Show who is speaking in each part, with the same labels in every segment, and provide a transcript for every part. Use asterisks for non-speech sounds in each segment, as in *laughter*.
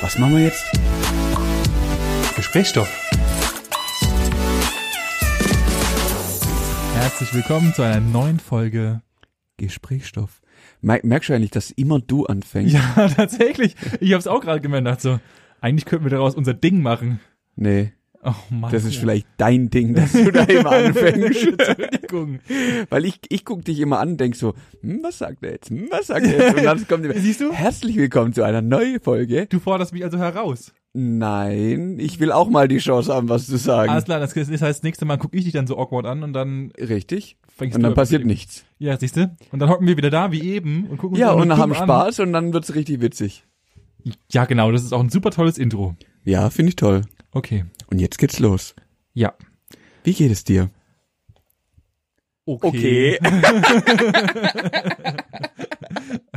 Speaker 1: Was machen wir jetzt?
Speaker 2: Gesprächsstoff.
Speaker 3: Herzlich willkommen zu einer neuen Folge *laughs*
Speaker 1: Gesprächsstoff. Mer merkst du eigentlich, dass immer du anfängst?
Speaker 3: Ja, tatsächlich. Ich hab's auch gerade gemerkt. dachte so, eigentlich könnten wir daraus unser Ding machen.
Speaker 1: Nee,
Speaker 3: Oh Mann.
Speaker 1: das ist vielleicht dein Ding, dass du da immer anfängst.
Speaker 3: *laughs* Entschuldigung.
Speaker 1: Weil ich, ich guck dich immer an und denk so, hm, was sagt er jetzt? Hm, was sagt er jetzt? Und dann kommt immer,
Speaker 3: Siehst du?
Speaker 1: herzlich willkommen zu einer neuen Folge.
Speaker 3: Du forderst mich also heraus.
Speaker 1: Nein, ich will auch mal die Chance haben, was zu sagen.
Speaker 3: Alles klar, das das heißt, das nächste Mal gucke ich dich dann so awkward an und dann
Speaker 1: Richtig.
Speaker 3: fängst
Speaker 1: Und
Speaker 3: du
Speaker 1: dann
Speaker 3: an.
Speaker 1: passiert nichts.
Speaker 3: Ja, siehst du? Und dann hocken wir wieder da, wie eben, und gucken uns
Speaker 1: Ja,
Speaker 3: auch noch
Speaker 1: und dann
Speaker 3: dumm
Speaker 1: haben
Speaker 3: an.
Speaker 1: Spaß und dann wird's richtig witzig.
Speaker 3: Ja, genau, das ist auch ein super tolles Intro.
Speaker 1: Ja, finde ich toll.
Speaker 3: Okay.
Speaker 1: Und jetzt geht's los.
Speaker 3: Ja.
Speaker 1: Wie geht es dir?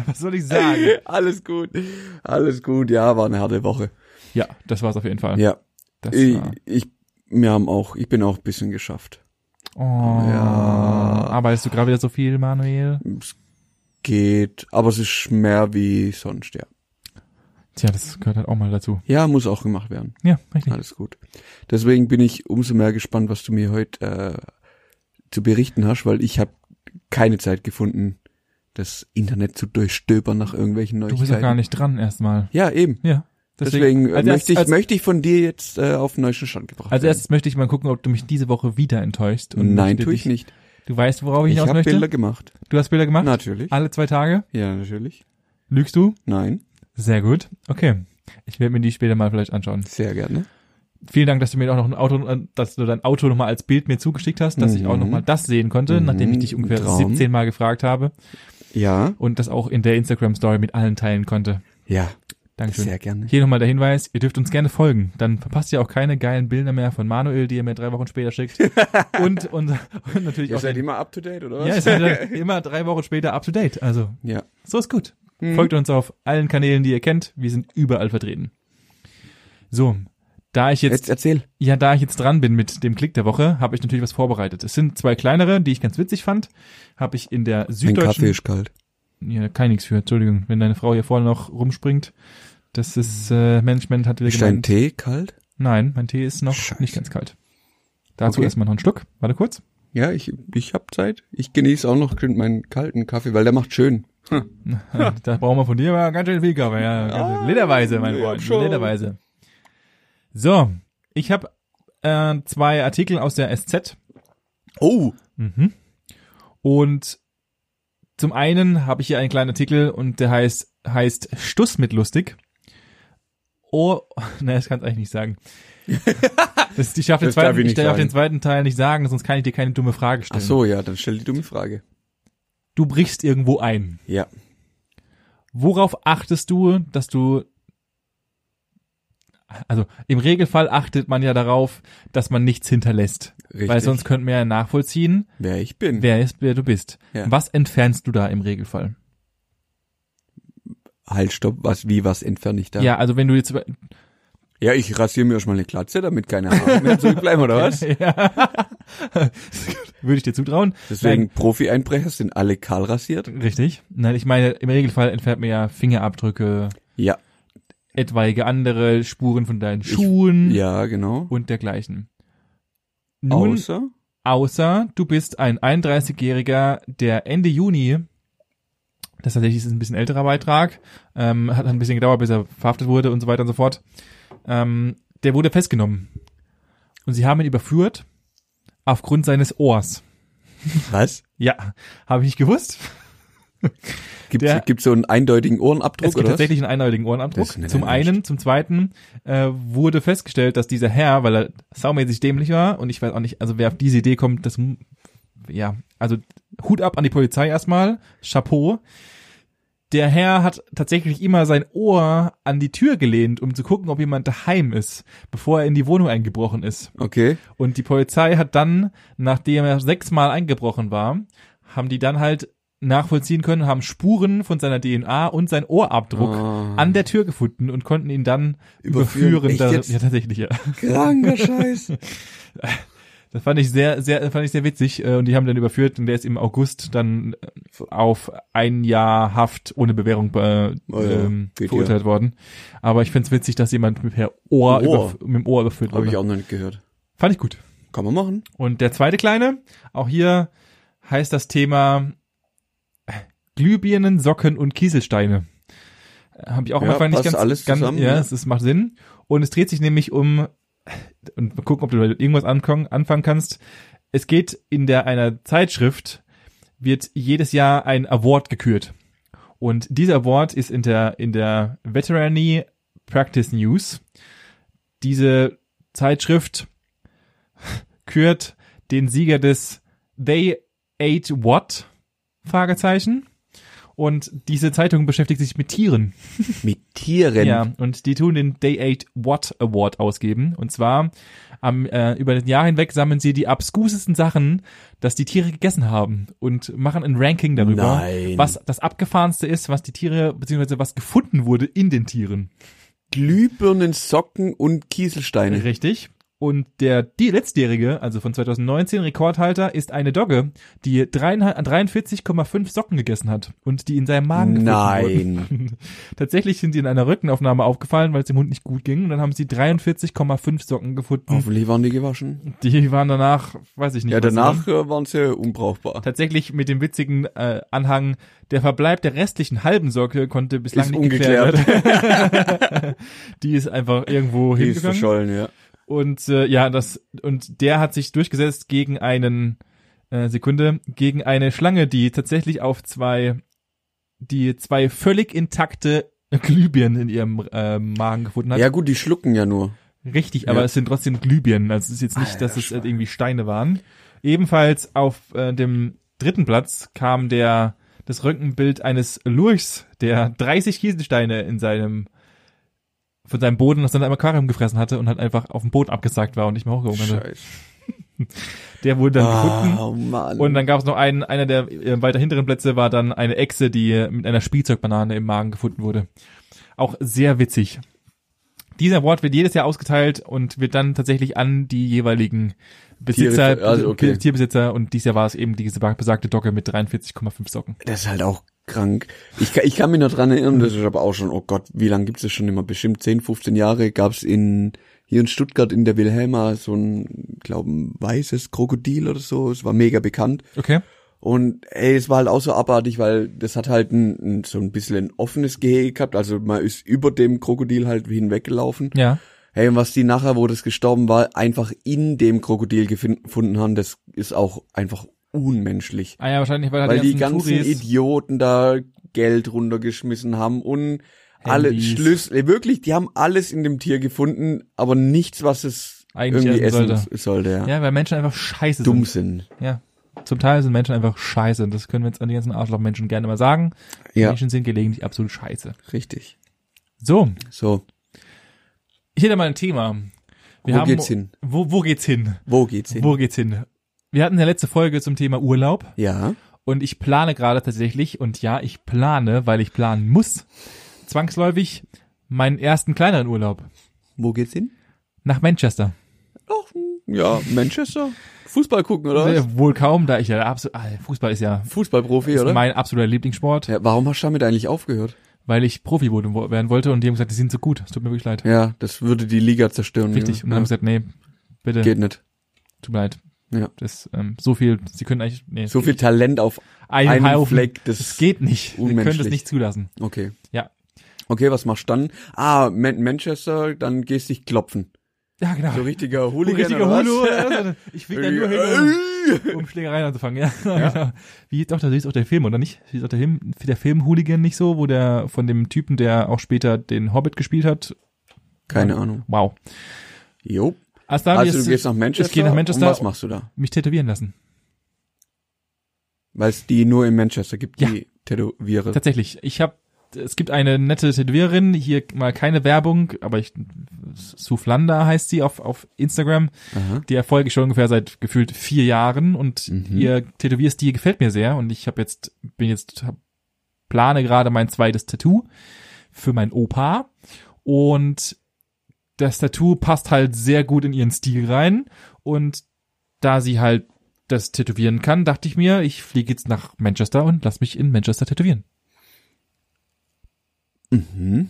Speaker 3: Was soll ich sagen?
Speaker 1: *laughs* Alles gut. Alles gut. Ja, war eine harte Woche.
Speaker 3: Ja, das war's auf jeden Fall.
Speaker 1: Ja.
Speaker 3: Das
Speaker 1: Ich,
Speaker 3: war.
Speaker 1: ich, wir haben auch, ich bin auch ein bisschen geschafft.
Speaker 3: Oh.
Speaker 1: Ja.
Speaker 3: Arbeitest du gerade wieder so viel, Manuel?
Speaker 1: Es geht, aber es ist mehr wie sonst, ja.
Speaker 3: Tja, das gehört halt auch mal dazu.
Speaker 1: Ja, muss auch gemacht werden.
Speaker 3: Ja, richtig.
Speaker 1: Alles gut. Deswegen bin ich umso mehr gespannt, was du mir heute äh, zu berichten hast, weil ich habe keine Zeit gefunden, das Internet zu durchstöbern nach irgendwelchen
Speaker 3: Du
Speaker 1: Neuigkeiten.
Speaker 3: bist doch gar nicht also dran erstmal.
Speaker 1: Ja, eben.
Speaker 3: Ja.
Speaker 1: Deswegen, äh,
Speaker 3: als
Speaker 1: möchte, ich,
Speaker 3: erstes- als,
Speaker 1: möchte ich von dir jetzt äh, auf den neuesten Stand gebracht
Speaker 3: als
Speaker 1: werden.
Speaker 3: erstes möchte ich mal gucken, ob du mich diese Woche wieder enttäuscht.
Speaker 1: Nein,
Speaker 3: möchte
Speaker 1: tue ich
Speaker 3: dich-
Speaker 1: nicht.
Speaker 3: Du weißt, worauf ich
Speaker 1: Ich
Speaker 3: hinaus
Speaker 1: habe
Speaker 3: möchte?
Speaker 1: Bilder gemacht.
Speaker 3: Du hast Bilder gemacht?
Speaker 1: Natürlich.
Speaker 3: Alle zwei Tage?
Speaker 1: Ja, natürlich.
Speaker 3: Lügst du?
Speaker 1: Nein,
Speaker 3: Sehr gut. Okay. Ich werde mir die später mal vielleicht anschauen.
Speaker 1: sehr gerne.
Speaker 3: Vielen Dank, dass du mir auch noch ein Auto, äh, dass du dein Auto nochmal als Bild mir zugeschickt hast, dass ich auch
Speaker 1: Mhm.
Speaker 3: nochmal das sehen konnte,
Speaker 1: Mhm.
Speaker 3: nachdem ich dich ungefähr
Speaker 1: Traum.
Speaker 3: 17 Mal gefragt habe
Speaker 1: Ja,
Speaker 3: und das auch in der Instagram Story mit allen teilen konnte.
Speaker 1: ja,
Speaker 3: Dankeschön.
Speaker 1: sehr gerne.
Speaker 3: Hier nochmal der Hinweis, ihr dürft uns gerne folgen. Dann verpasst ihr auch keine geilen Bilder mehr von Manuel, die ihr mir drei Wochen
Speaker 1: *laughs*
Speaker 3: später schickt. und, und, und natürlich
Speaker 1: Ihr
Speaker 3: auch.
Speaker 1: seid
Speaker 3: Den,
Speaker 1: immer up to date, oder was?
Speaker 3: ja, ihr
Speaker 1: *laughs*
Speaker 3: seid immer drei Wochen später up to date. Also,
Speaker 1: ja.
Speaker 3: so ist gut.
Speaker 1: Mhm.
Speaker 3: Folgt uns auf allen Kanälen, die ihr kennt. Wir sind überall vertreten. So. Da ich jetzt,
Speaker 1: Jetzt erzähl.
Speaker 3: ja, da ich jetzt dran bin mit dem Klick der Woche, habe ich natürlich was vorbereitet. Es sind zwei kleinere, die ich ganz witzig fand. Habe ich in der
Speaker 1: Mein
Speaker 3: Süddeutschen.
Speaker 1: Kaffee ist kalt.
Speaker 3: Ja, kein nix für, Entschuldigung. Wenn deine Frau hier vorne noch rumspringt, das ist, äh, Management hat wieder
Speaker 1: Ist dein
Speaker 3: gemeint.
Speaker 1: Tee kalt?
Speaker 3: Nein, mein Tee ist noch
Speaker 1: Scheiße.
Speaker 3: nicht ganz kalt. Dazu
Speaker 1: Okay.
Speaker 3: erstmal noch einen Schluck.
Speaker 1: *laughs*
Speaker 3: Warte kurz.
Speaker 1: Ja, ich, ich hab Zeit. Ich genieße auch noch meinen kalten Kaffee, weil der macht schön.
Speaker 3: da brauchen wir von dir aber ganz schön viel Kaffee. Ja, ganz schön. Lederweise, mein
Speaker 1: ja,
Speaker 3: Freund.
Speaker 1: schon.
Speaker 3: Lederweise. So, ich habe äh, zwei Artikel aus der SZ.
Speaker 1: Oh!
Speaker 3: Mhm. Und zum einen habe ich hier einen kleinen Artikel und der heißt, heißt Stuss mit lustig. Oh, *laughs* ne, das kannst du eigentlich
Speaker 1: *laughs*
Speaker 3: nicht sagen. Das, ich darf, den
Speaker 1: Das darf
Speaker 3: zweiten,
Speaker 1: ich
Speaker 3: ich
Speaker 1: nicht
Speaker 3: darf
Speaker 1: sagen.
Speaker 3: den zweiten Teil nicht sagen, sonst kann ich dir keine dumme Frage
Speaker 1: Ach
Speaker 3: stellen.
Speaker 1: so, ja, dann stell die dumme Frage.
Speaker 3: Du brichst irgendwo ein.
Speaker 1: Ja.
Speaker 3: Worauf achtest du, dass du also im Regelfall achtet man ja darauf, dass man nichts hinterlässt,
Speaker 1: Richtig.
Speaker 3: weil sonst könnten wir ja nachvollziehen,
Speaker 1: Wer ich bin.
Speaker 3: wer ist, wer du bist.
Speaker 1: Ja.
Speaker 3: Was entfernst du da im Regelfall?
Speaker 1: Halt, stopp, was, wie, was entferne ich da?
Speaker 3: Ja, also wenn du jetzt über-
Speaker 1: Ja, ich rasiere mir erstmal eine Glatze, damit keine Haare *laughs* mehr zurückbleiben, oder was?
Speaker 3: *laughs* ja. würde ich dir zutrauen.
Speaker 1: Deswegen Profi-Einbrecher sind alle kahl rasiert.
Speaker 3: Nein, richtig. Nein, ich meine, im Regelfall entfernt man ja Fingerabdrücke,
Speaker 1: Ja.
Speaker 3: etwaige andere Spuren von deinen Schuhen
Speaker 1: Ja, genau.
Speaker 3: und dergleichen. Nun,
Speaker 1: Außer?
Speaker 3: außer du bist ein 31-Jähriger, der Ende Juni, das tatsächlich ist ein bisschen älterer Beitrag, ähm, hat ein bisschen gedauert, bis er verhaftet wurde und so weiter und so fort, ähm, der wurde festgenommen. Und sie haben ihn überführt aufgrund seines Ohrs.
Speaker 1: Was?
Speaker 3: Ja, habe ich nicht gewusst.
Speaker 1: Gibt's,
Speaker 3: Der-
Speaker 1: gibt's so einen eindeutigen Ohrenabdruck,
Speaker 3: Es gibt
Speaker 1: oder was? Oh,
Speaker 3: tatsächlich einen eindeutigen
Speaker 1: Das
Speaker 3: Ohrenabdruck.
Speaker 1: ist nicht
Speaker 3: Zum
Speaker 1: ernst.
Speaker 3: einen, zum zweiten äh, wurde festgestellt, dass dieser Herr, weil er saumäßig dämlich war und ich weiß auch nicht, also wer auf diese Idee kommt, das m- ja, also Hut ab an die Polizei erstmal, Chapeau. Der Herr hat tatsächlich immer sein Ohr an die Tür gelehnt, um zu gucken, ob jemand daheim ist, bevor er in die Wohnung eingebrochen ist.
Speaker 1: Okay.
Speaker 3: Und die Polizei hat dann, nachdem er sechsmal eingebrochen war, haben die dann halt nachvollziehen können, haben Spuren von seiner DNA und sein Ohrabdruck
Speaker 1: Ah.
Speaker 3: an der Tür gefunden und konnten ihn dann
Speaker 1: Überführen.
Speaker 3: überführen.
Speaker 1: Echt
Speaker 3: da,
Speaker 1: jetzt?
Speaker 3: *laughs* ja, tatsächlich, ja.
Speaker 1: Kranker Scheiß.
Speaker 3: Das Das fand ich sehr, sehr, fand ich sehr witzig. äh, Und die haben den überführt und der ist im August dann äh, auf ein Jahr Haft ohne Bewährung äh,
Speaker 1: Oh ja,
Speaker 3: ähm,
Speaker 1: geht
Speaker 3: verurteilt worden. Aber ich find's witzig, dass jemand mit, per
Speaker 1: Ohr.
Speaker 3: Ohr überf- mit dem Ohr überführt
Speaker 1: Habe
Speaker 3: wurde.
Speaker 1: ich auch noch nicht gehört.
Speaker 3: Fand ich gut.
Speaker 1: Kann man machen.
Speaker 3: Und der zweite kleine, auch hier heißt das Thema äh, Glühbirnen, Socken und Kieselsteine. Habe ich auch
Speaker 1: Ja,
Speaker 3: einfach nicht
Speaker 1: passt
Speaker 3: ganz,
Speaker 1: alles
Speaker 3: ganz
Speaker 1: zusammen,
Speaker 3: ja,
Speaker 1: ne?
Speaker 3: es, es macht Sinn. Und es dreht sich nämlich um und mal gucken, ob du damit irgendwas ankommen, anfangen kannst. Es geht in der einer Zeitschrift wird jedes Jahr ein Award gekürt. Und dieser Award ist in der in der Veterinary Practice News. Diese Zeitschrift kürt den Sieger des They Ate What? Fragezeichen. Und diese Zeitung beschäftigt sich mit Tieren.
Speaker 1: Mit Tieren.
Speaker 3: Ja, und die tun den Day 8 What Award ausgeben. Und zwar am, äh, über das Jahr hinweg sammeln sie die abskusesten Sachen, dass die Tiere gegessen haben und machen ein Ranking darüber,
Speaker 1: Nein.
Speaker 3: was das abgefahrenste ist, was die Tiere, beziehungsweise was gefunden wurde in den Tieren.
Speaker 1: Glühbirnen, Socken und Kieselsteine.
Speaker 3: Richtig. Und der die letztjährige, also von 2019 Rekordhalter, ist eine Dogge, die 3,5 43,5 Socken gegessen hat und die in seinem Magen gefunden wurden.
Speaker 1: Nein.
Speaker 3: Tatsächlich sind sie in einer Rückenaufnahme aufgefallen, weil es dem Hund nicht gut ging. Und dann haben sie 43,5 Socken gefunden.
Speaker 1: *laughs* Hoffentlich waren die gewaschen.
Speaker 3: Die waren danach, weiß ich nicht.
Speaker 1: Hm. Ja,
Speaker 3: was sie waren.
Speaker 1: danach äh, waren sie unbrauchbar.
Speaker 3: ne? Tatsächlich mit dem witzigen äh, Anhang, der Verbleib der restlichen halben Socke konnte bislang
Speaker 1: Ist
Speaker 3: nicht geklärt werden. *laughs* Die ist einfach irgendwo
Speaker 1: Die ist
Speaker 3: hingegangen.
Speaker 1: verschollen, ja.
Speaker 3: Und äh, ja, das und der hat sich durchgesetzt gegen einen äh, Sekunde gegen eine Schlange, die tatsächlich auf zwei die zwei völlig intakte *laughs* Glühbirnen in ihrem äh, Magen gefunden hat.
Speaker 1: Ja gut, die schlucken ja nur.
Speaker 3: Richtig, aber
Speaker 1: Ja.
Speaker 3: es sind trotzdem Glühbirnen. Also es ist jetzt nicht,
Speaker 1: Alter
Speaker 3: dass es
Speaker 1: Schwede.
Speaker 3: irgendwie Steine waren. Ebenfalls auf äh, dem dritten Platz kam der das Röntgenbild eines Lurchs, der 30 Kieselsteine in seinem von seinem Boden aus seinem Aquarium gefressen hatte und halt einfach auf dem Boden abgesackt war und nicht mehr hochgehoben hatte.
Speaker 1: Scheiße.
Speaker 3: Der wurde Oh dann gefunden.
Speaker 1: Ah, Mann.
Speaker 3: Und dann gab es noch einen, einer der äh, weiter hinteren Plätze war dann eine Echse, die äh, mit einer Spielzeugbanane im Magen gefunden wurde. Auch sehr witzig. Dieser Award wird jedes Jahr ausgeteilt und wird dann tatsächlich an die jeweiligen Besitzer,
Speaker 1: Tiere- also okay.
Speaker 3: Tierbesitzer und dieses Jahr war es eben diese besagte Docke mit 43,5 Socken.
Speaker 1: das ist halt auch krank. Ich, kann- ich kann mich noch dran erinnern, das ist aber auch schon, oh Gott, wie lange gibt's das schon immer? Bestimmt 10, 15 Jahre gab's in hier in Stuttgart in der Wilhelma so ein, glauben, weißes Krokodil oder so. Es war mega bekannt.
Speaker 3: Okay.
Speaker 1: Und ey, es war halt auch so abartig, weil das hat halt ein, ein, so ein bisschen ein offenes Gehege gehabt. Also man ist über dem Krokodil halt hinweggelaufen.
Speaker 3: Ja.
Speaker 1: Hey, und was die nachher, wo das gestorben war, einfach in dem Krokodil gefin- gefunden haben, das ist auch einfach unmenschlich.
Speaker 3: Ah ja, wahrscheinlich, weil,
Speaker 1: Weil
Speaker 3: halt
Speaker 1: die ganzen
Speaker 3: Touris-
Speaker 1: Idioten da Geld runtergeschmissen haben und alle
Speaker 3: Handys.
Speaker 1: Schlüssel, wirklich, die haben alles in dem Tier gefunden, aber nichts, was es
Speaker 3: Eigentlich
Speaker 1: irgendwie
Speaker 3: essen
Speaker 1: essen
Speaker 3: sollte.
Speaker 1: sollte, sollte ja.
Speaker 3: Ja, weil Menschen einfach scheiße
Speaker 1: Dumm
Speaker 3: sind.
Speaker 1: sind.
Speaker 3: Ja. Zum Teil sind Menschen einfach scheiße. Das können wir jetzt an die ganzen Arschlochmenschen gerne mal sagen.
Speaker 1: Ja,
Speaker 3: Menschen sind gelegentlich absolut scheiße.
Speaker 1: richtig.
Speaker 3: So,
Speaker 1: So,
Speaker 3: Ich hätte mal ein Thema. Wir
Speaker 1: Wo
Speaker 3: haben,
Speaker 1: geht's hin?
Speaker 3: Wo, wo geht's hin?
Speaker 1: wo geht's hin?
Speaker 3: Wo geht's hin? Wir hatten ja letzte Folge zum Thema Urlaub
Speaker 1: Ja.
Speaker 3: und ich plane gerade tatsächlich und ja, ich plane, weil ich planen muss, zwangsläufig meinen ersten kleineren Urlaub
Speaker 1: Wo geht's hin?
Speaker 3: nach Manchester.
Speaker 1: Ach, ja, Manchester. Fußball gucken, oder? was?
Speaker 3: Äh, Wohl kaum, da ich ja absolut, ah, Fußball ist ja
Speaker 1: Fußballprofi,
Speaker 3: ist
Speaker 1: eh, oder?
Speaker 3: mein absoluter Lieblingssport,
Speaker 1: ja, warum hast du damit eigentlich aufgehört?
Speaker 3: weil ich Profi wurde, werden wollte und die haben gesagt, die sind so gut, es tut mir wirklich leid.
Speaker 1: Ja, das würde die Liga zerstören.
Speaker 3: Richtig. Und dann haben
Speaker 1: Ja.
Speaker 3: sie gesagt, nee, bitte,
Speaker 1: Geht nicht.
Speaker 3: tut mir leid.
Speaker 1: Ja.
Speaker 3: Das, ähm, so viel, sie können eigentlich, nee,
Speaker 1: So viel Talent auf
Speaker 3: einen,
Speaker 1: einem
Speaker 3: Haufen.
Speaker 1: Fleck.
Speaker 3: Es
Speaker 1: Das
Speaker 3: geht nicht. Wir können das
Speaker 1: Unmenschlich.
Speaker 3: nicht zulassen.
Speaker 1: Okay.
Speaker 3: Ja.
Speaker 1: Okay, was machst du dann? Ah, Man Manchester, dann gehst dich klopfen.
Speaker 3: Ja, genau.
Speaker 1: So
Speaker 3: *laughs*
Speaker 1: richtiger
Speaker 3: Ein
Speaker 1: Hooligan
Speaker 3: richtiger
Speaker 1: oder
Speaker 3: Hulu.
Speaker 1: was? *laughs* Äh,
Speaker 3: oder was? Ich flieg da nur hin, um, um Schlägereien anzufangen. Ja, *laughs* genau. Wie doch, da ist auch der Film, oder nicht? Wie ist auch der Film, der Film Hooligan nicht so, wo der von dem Typen, der auch später den Hobbit gespielt hat.
Speaker 1: Keine Ahnung.
Speaker 3: Wow.
Speaker 1: Jo.
Speaker 3: Astana
Speaker 1: Also du
Speaker 3: ist-
Speaker 1: gehst nach Manchester.
Speaker 3: Ich gehe nach Manchester.
Speaker 1: Und was machst du da?
Speaker 3: mich tätowieren lassen.
Speaker 1: Weil es die nur in Manchester gibt,
Speaker 3: Ja.
Speaker 1: die Tätowiere.
Speaker 3: Tatsächlich. Ich habe es gibt eine nette Tätowiererin, hier mal keine Werbung, aber ich Suflanda heißt sie auf, auf Instagram.
Speaker 1: Aha.
Speaker 3: die erfolge ich schon ungefähr seit gefühlt vier Jahren und
Speaker 1: Mhm.
Speaker 3: ihr Tätowierstil gefällt mir sehr und ich habe jetzt bin jetzt hab, plane gerade mein zweites Tattoo für meinen Opa und das Tattoo passt halt sehr gut in ihren Stil rein und da sie halt das tätowieren kann, dachte ich mir, ich fliege jetzt nach Manchester und lass mich in Manchester tätowieren.
Speaker 1: Mhm.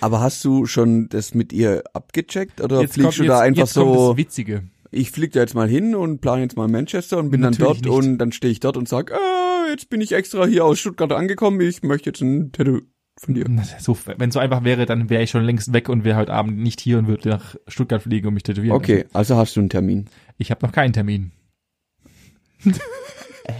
Speaker 1: Aber hast du schon das mit ihr abgecheckt oder
Speaker 3: jetzt
Speaker 1: fliegst du da
Speaker 3: jetzt,
Speaker 1: einfach
Speaker 3: jetzt
Speaker 1: so?
Speaker 3: kommt das Witzige.
Speaker 1: ich flieg da jetzt mal hin und plane jetzt mal Manchester und bin
Speaker 3: Natürlich
Speaker 1: dann dort
Speaker 3: nicht.
Speaker 1: und dann stehe ich dort und sag, äh, jetzt bin ich extra hier aus Stuttgart angekommen, ich möchte jetzt ein Tattoo von dir.
Speaker 3: So, wenn es so einfach wäre, dann wäre ich schon längst weg und wäre heute Abend nicht hier und würde nach Stuttgart fliegen und mich tätowieren.
Speaker 1: Okay, also hast du einen Termin.
Speaker 3: Ich habe noch keinen Termin.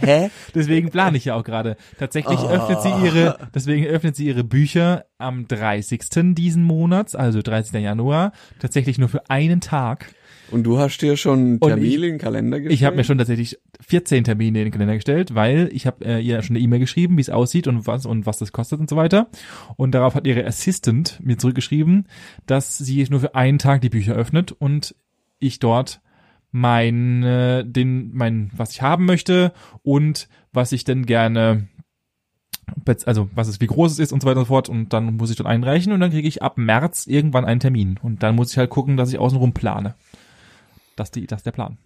Speaker 1: Hä?
Speaker 3: Deswegen plane ich ja auch gerade. Tatsächlich
Speaker 1: Ah.
Speaker 3: öffnet sie ihre, deswegen öffnet sie ihre Bücher am 30. diesen Monats, also 30. Januar, tatsächlich nur für einen Tag.
Speaker 1: *laughs* Und du hast dir schon einen
Speaker 3: Und
Speaker 1: Termin
Speaker 3: ich-
Speaker 1: in den Kalender gestellt?
Speaker 3: Ich habe mir schon tatsächlich 14 Termine in den Kalender gestellt, weil ich habe äh, ihr schon eine E-Mail geschrieben, wie es aussieht und was und was das kostet und so weiter. Und darauf hat ihre Assistant mir zurückgeschrieben, dass sie nur für einen Tag die Bücher öffnet und ich dort mein äh, den mein was ich haben möchte und was ich denn gerne bez- also was es wie groß es ist und so weiter und so fort und dann muss ich dort einreichen und dann kriege ich ab März irgendwann einen Termin und dann muss ich halt gucken, dass ich außenrum plane. Das die das ist der Plan.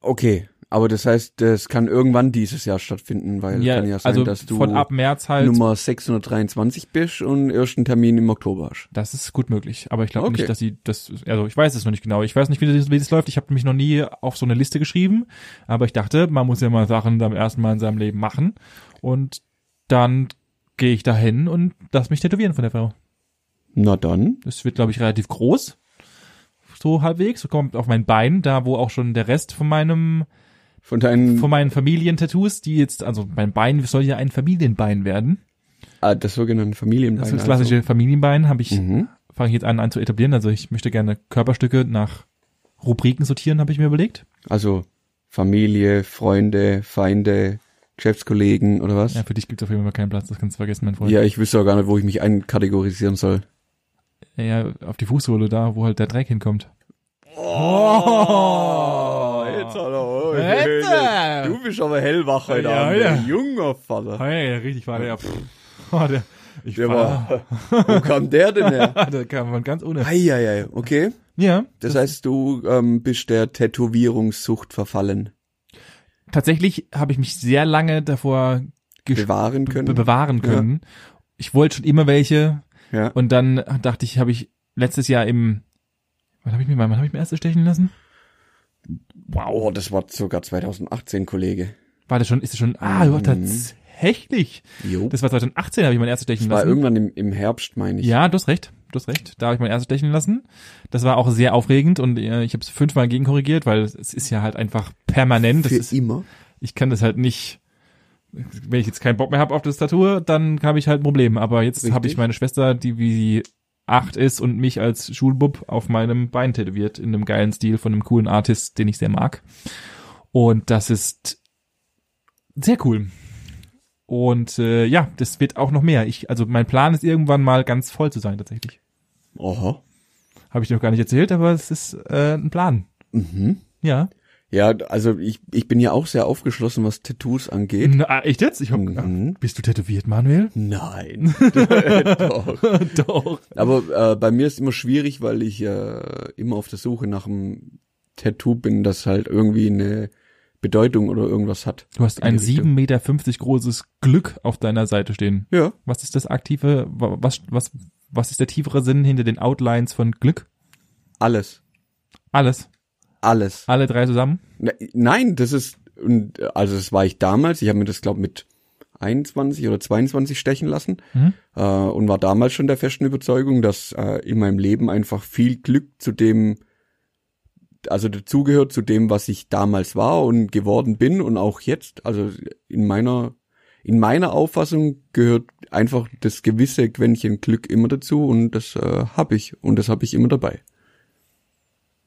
Speaker 1: Okay, aber das heißt, das kann irgendwann dieses Jahr stattfinden, weil kann ja sein,
Speaker 3: also
Speaker 1: dass du
Speaker 3: von ab März halt.
Speaker 1: Nummer 623 bist und ersten Termin im Oktober hast.
Speaker 3: das ist gut möglich, aber ich glaube
Speaker 1: Okay.
Speaker 3: nicht, dass sie das, also ich weiß es noch nicht genau. Ich weiß nicht, wie das, wie das läuft. Ich habe mich noch nie auf so eine Liste geschrieben, aber ich dachte, man muss ja mal Sachen am ersten Mal in seinem Leben machen und dann gehe ich dahin und lass mich tätowieren von der Frau.
Speaker 1: Na dann.
Speaker 3: Das wird, glaube ich, relativ groß. So halbwegs, so kommt auf mein Bein, da wo auch schon der Rest von meinem,
Speaker 1: Von deinen,
Speaker 3: von meinen Familientattoos, die jetzt, also mein Bein soll ja ein Familienbein werden.
Speaker 1: ah, das sogenannte Familienbein.
Speaker 3: Das ist das klassische Familienbein, habe ich
Speaker 1: Also. Mhm.
Speaker 3: fange ich jetzt an, an zu etablieren. Also ich möchte gerne Körperstücke nach Rubriken sortieren, habe ich mir überlegt.
Speaker 1: also Familie, Freunde, Feinde, Geschäftskollegen oder was?
Speaker 3: Ja,
Speaker 1: Ja,
Speaker 3: für dich gibt es auf jeden Fall keinen Platz, das kannst du vergessen, mein Freund.
Speaker 1: ich wüsste auch gar nicht, wo ich mich einkategorisieren soll.
Speaker 3: Ja, ja auf die Fußsohle da, wo halt der Dreck hinkommt.
Speaker 1: Oh,
Speaker 3: jetzt
Speaker 1: hat er,
Speaker 3: Jetzt, äh. Du
Speaker 1: bist aber hellwach
Speaker 3: heute Ja, Abend, ja.
Speaker 1: junger Vater.
Speaker 3: Hey, richtig war der. Ah, ja, pff. *laughs* Oh, der ich
Speaker 1: Der
Speaker 3: war,
Speaker 1: war, *laughs* wo kam der denn her?
Speaker 3: *laughs* da kam man ganz ohne.
Speaker 1: Eieiei, okay.
Speaker 3: Ja,
Speaker 1: Das heißt, du ähm, bist der Tätowierungssucht verfallen.
Speaker 3: tatsächlich habe ich mich sehr lange davor gesch-
Speaker 1: Bewahren
Speaker 3: be-
Speaker 1: können.
Speaker 3: bewahren können. Ich wollte schon immer welche
Speaker 1: ja.
Speaker 3: und dann dachte ich, habe ich letztes Jahr im wann habe ich mir wann habe ich mir erste stechen lassen?
Speaker 1: Wow, Oh, das war sogar 2018, Kollege.
Speaker 3: War das schon ist das schon ah,
Speaker 1: Mhm.
Speaker 3: tatsächlich.
Speaker 1: Jo. Das,
Speaker 3: Das war 2018, habe ich mein erstes stechen
Speaker 1: war
Speaker 3: lassen.
Speaker 1: irgendwann im, im Herbst, meine ich.
Speaker 3: Ja, du hast recht, du hast recht. Da habe ich mein erstes stechen lassen. Das war auch sehr aufregend und äh, ich habe es fünfmal gegenkorrigiert, weil es ist ja halt einfach permanent. Das
Speaker 1: Für
Speaker 3: ist,
Speaker 1: immer.
Speaker 3: ich kann das halt nicht. Wenn ich jetzt keinen Bock mehr habe auf das Tattoo, dann habe ich halt ein Problem. Aber jetzt habe
Speaker 1: Richtig.
Speaker 3: ich meine Schwester, die wie sie acht ist und mich als Schulbub auf meinem Bein tätowiert in einem geilen Stil von einem coolen Artist, den ich sehr mag. Und das ist sehr cool. Und äh, ja, das wird auch noch mehr. Ich, also mein Plan ist irgendwann mal ganz voll zu sein tatsächlich.
Speaker 1: Aha.
Speaker 3: Habe ich dir noch gar nicht erzählt, aber es ist äh, ein Plan.
Speaker 1: Mhm.
Speaker 3: Ja.
Speaker 1: Ja, also ich, ich bin ja auch sehr aufgeschlossen, was Tattoos angeht.
Speaker 3: Na, ah, echt jetzt? Ich hab,
Speaker 1: Mhm.
Speaker 3: Bist du tätowiert, Manuel?
Speaker 1: Nein. *laughs* Doch.
Speaker 3: Doch.
Speaker 1: Aber äh, bei mir ist immer schwierig, weil ich äh, immer auf der Suche nach einem Tattoo bin, das halt irgendwie eine Bedeutung oder irgendwas hat.
Speaker 3: Du hast
Speaker 1: in die
Speaker 3: ein
Speaker 1: Richtung.
Speaker 3: 7,50 Meter großes Glück auf deiner Seite stehen.
Speaker 1: Ja.
Speaker 3: Was ist das aktive, wa- was, was, was ist der tiefere Sinn hinter den Outlines von Glück?
Speaker 1: Alles.
Speaker 3: Alles.
Speaker 1: Alles.
Speaker 3: Alle drei zusammen?
Speaker 1: Ne- Nein, das ist, und, äh, also das war ich damals, ich habe mir das, glaube mit 21 oder 22 stechen lassen
Speaker 3: Mhm.
Speaker 1: äh, und war damals schon der festen Überzeugung, dass äh, in meinem Leben einfach viel Glück zu dem, also dazugehört zu dem, was ich damals war und geworden bin und auch jetzt, also in meiner, in meiner Auffassung gehört einfach das gewisse Quäntchen Glück immer dazu und das äh, habe ich und das habe ich immer dabei.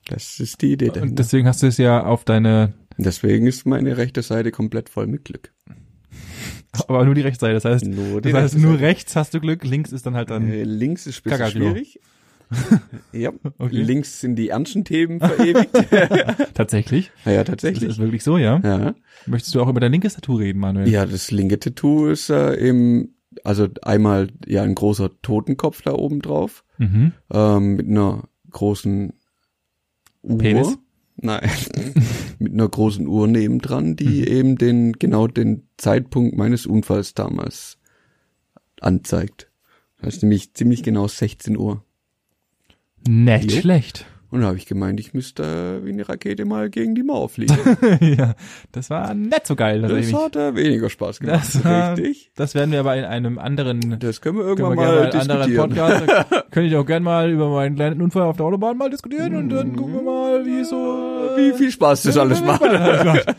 Speaker 1: Das ist die Idee. dahinter.
Speaker 3: Und deswegen hast du es ja auf deine,
Speaker 1: Deswegen ist meine rechte Seite komplett voll mit Glück.
Speaker 3: aber nur die rechte Seite. Das heißt,
Speaker 1: Nur die
Speaker 3: das heißt
Speaker 1: rechte
Speaker 3: nur
Speaker 1: Seite.
Speaker 3: rechts hast du Glück, links ist dann halt dann,
Speaker 1: Äh, links ist ein bisschen
Speaker 3: Kakadu. *laughs*
Speaker 1: schwierig. ja,
Speaker 3: Okay.
Speaker 1: links sind die ernsten Themen
Speaker 3: *laughs*
Speaker 1: verewigt.
Speaker 3: tatsächlich.
Speaker 1: naja,
Speaker 3: Das ist
Speaker 1: tatsächlich.
Speaker 3: wirklich so, ja.
Speaker 1: Ja.
Speaker 3: Möchtest du auch über dein linkes Tattoo reden, Manuel?
Speaker 1: ja, das linke Tattoo ist äh, im, also einmal ja ein großer Totenkopf da oben drauf,
Speaker 3: Mhm.
Speaker 1: ähm, mit einer großen Uhr.
Speaker 3: Penis? *laughs*
Speaker 1: Nein. Mit einer großen Uhr nebendran, die
Speaker 3: Mhm.
Speaker 1: eben den, genau den Zeitpunkt meines Unfalls damals anzeigt. Das ist nämlich ziemlich genau 16 Uhr.
Speaker 3: Nicht
Speaker 1: Jo.
Speaker 3: schlecht. *laughs*
Speaker 1: Und da habe ich gemeint, ich müsste äh, wie eine Rakete mal gegen die Mauer
Speaker 3: *laughs*
Speaker 1: fliegen.
Speaker 3: ja, das war nicht so geil.
Speaker 1: Das
Speaker 3: tatsächlich.
Speaker 1: hat äh, weniger Spaß gemacht.
Speaker 3: Das war-
Speaker 1: richtig.
Speaker 3: das werden wir aber in einem anderen
Speaker 1: Das können wir
Speaker 3: Können
Speaker 1: irgendwann
Speaker 3: wir
Speaker 1: mal,
Speaker 3: gerne mal einen anderen
Speaker 1: diskutieren.
Speaker 3: Podcast. da
Speaker 1: *laughs*
Speaker 3: Könnte ich auch gerne mal über meinen kleinen Unfall auf der Autobahn mal diskutieren und dann gucken wir mal, wie so.
Speaker 1: Mhm.
Speaker 3: äh,
Speaker 1: Wie viel Spaß das alles macht. *laughs*
Speaker 3: macht.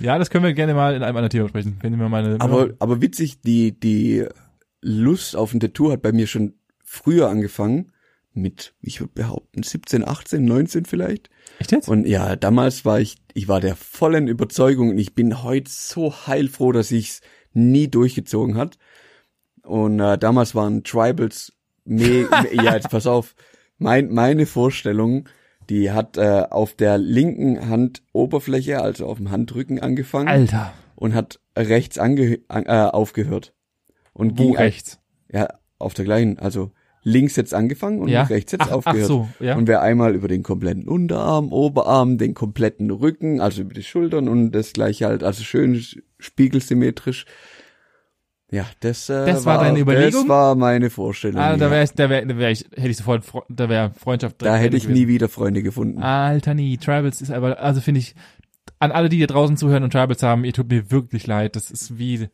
Speaker 3: Ja, das können wir gerne mal in einem anderen Thema besprechen. Wenn wir meine.
Speaker 1: Aber, aber witzig, die, die Lust auf ein Tattoo hat bei mir schon früher angefangen. Mit, ich würde behaupten, 17, 18, 19 vielleicht.
Speaker 3: echt jetzt?
Speaker 1: Und ja, damals war ich, ich war der vollen Überzeugung und ich bin heute so heilfroh, dass ich's nie durchgezogen hat. Und äh, damals waren Tribals, me
Speaker 3: *laughs*
Speaker 1: me ja, jetzt pass auf, mein, meine Vorstellung, die hat äh, auf der linken Handoberfläche, also auf dem Handrücken angefangen
Speaker 3: Alter.
Speaker 1: und hat rechts ange an, äh, aufgehört. Und
Speaker 3: Wo
Speaker 1: ging ein-
Speaker 3: rechts?
Speaker 1: Ja, auf der gleichen, also links jetzt angefangen und
Speaker 3: ja.
Speaker 1: rechts jetzt
Speaker 3: ach,
Speaker 1: aufgehört.
Speaker 3: Ach so, ja.
Speaker 1: Und wer einmal über den kompletten Unterarm, Oberarm, den kompletten Rücken, also über die Schultern und das gleiche halt, also schön s- spiegelsymmetrisch. Ja, das, äh,
Speaker 3: Das war deine Überlegung?
Speaker 1: Das war meine Vorstellung.
Speaker 3: ah, da
Speaker 1: ja.
Speaker 3: wäre ich, da wäre, da wär ich, hätte ich sofort, Fre- da wäre Freundschaft
Speaker 1: da
Speaker 3: direkt
Speaker 1: hätte
Speaker 3: drin
Speaker 1: ich
Speaker 3: gewesen. Ah,
Speaker 1: nie wieder Freunde gefunden.
Speaker 3: Alter, nie. Tribals ist aber, also finde ich, an alle, die hier draußen zuhören und Tribals haben, ihr tut mir wirklich leid. Das ist wie,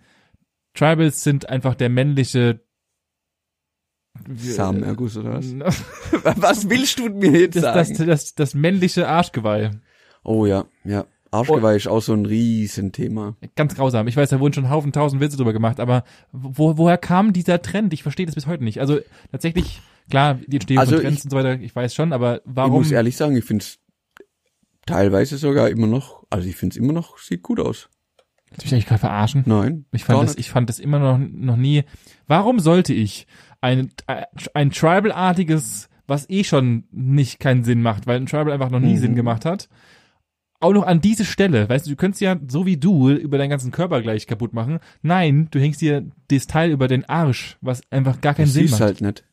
Speaker 3: Tribals sind einfach der männliche äh, *laughs*
Speaker 1: Samenerguss oder was?
Speaker 3: das,
Speaker 1: *laughs* was willst du mir jetzt sagen?
Speaker 3: das, das, das männliche Arschgeweih.
Speaker 1: oh ja, ja. Arschgeweih ist auch so ein Riesenthema.
Speaker 3: Ganz grausam. Ich weiß, da wurden schon einen Haufen tausend Witze drüber gemacht, aber wo, woher kam dieser Trend? Ich verstehe das bis heute nicht. Also tatsächlich, klar, die Entstehung
Speaker 1: Also
Speaker 3: von Trends
Speaker 1: ich-
Speaker 3: und so weiter, ich weiß schon, aber
Speaker 1: Ich
Speaker 3: warum?
Speaker 1: muss ehrlich sagen, ich find's teilweise sogar immer noch, also ich find's immer noch, sieht gut aus.
Speaker 3: Willst du mich eigentlich gerade verarschen?
Speaker 1: Nein.
Speaker 3: Ich fand,
Speaker 1: gar
Speaker 3: das, ich fand das immer noch, noch nie. Warum sollte ich ein, ein Tribal-artiges, was eh schon nicht keinen Sinn macht, weil ein Tribal einfach noch nie
Speaker 1: Mhm.
Speaker 3: Sinn gemacht hat, auch noch an diese Stelle, weißt du, du könntest ja, so wie du, über deinen ganzen Körper gleich kaputt machen. Nein, du hängst dir das Teil über den Arsch, was einfach gar keinen
Speaker 1: das
Speaker 3: Sinn
Speaker 1: siehst
Speaker 3: macht.
Speaker 1: halt nicht.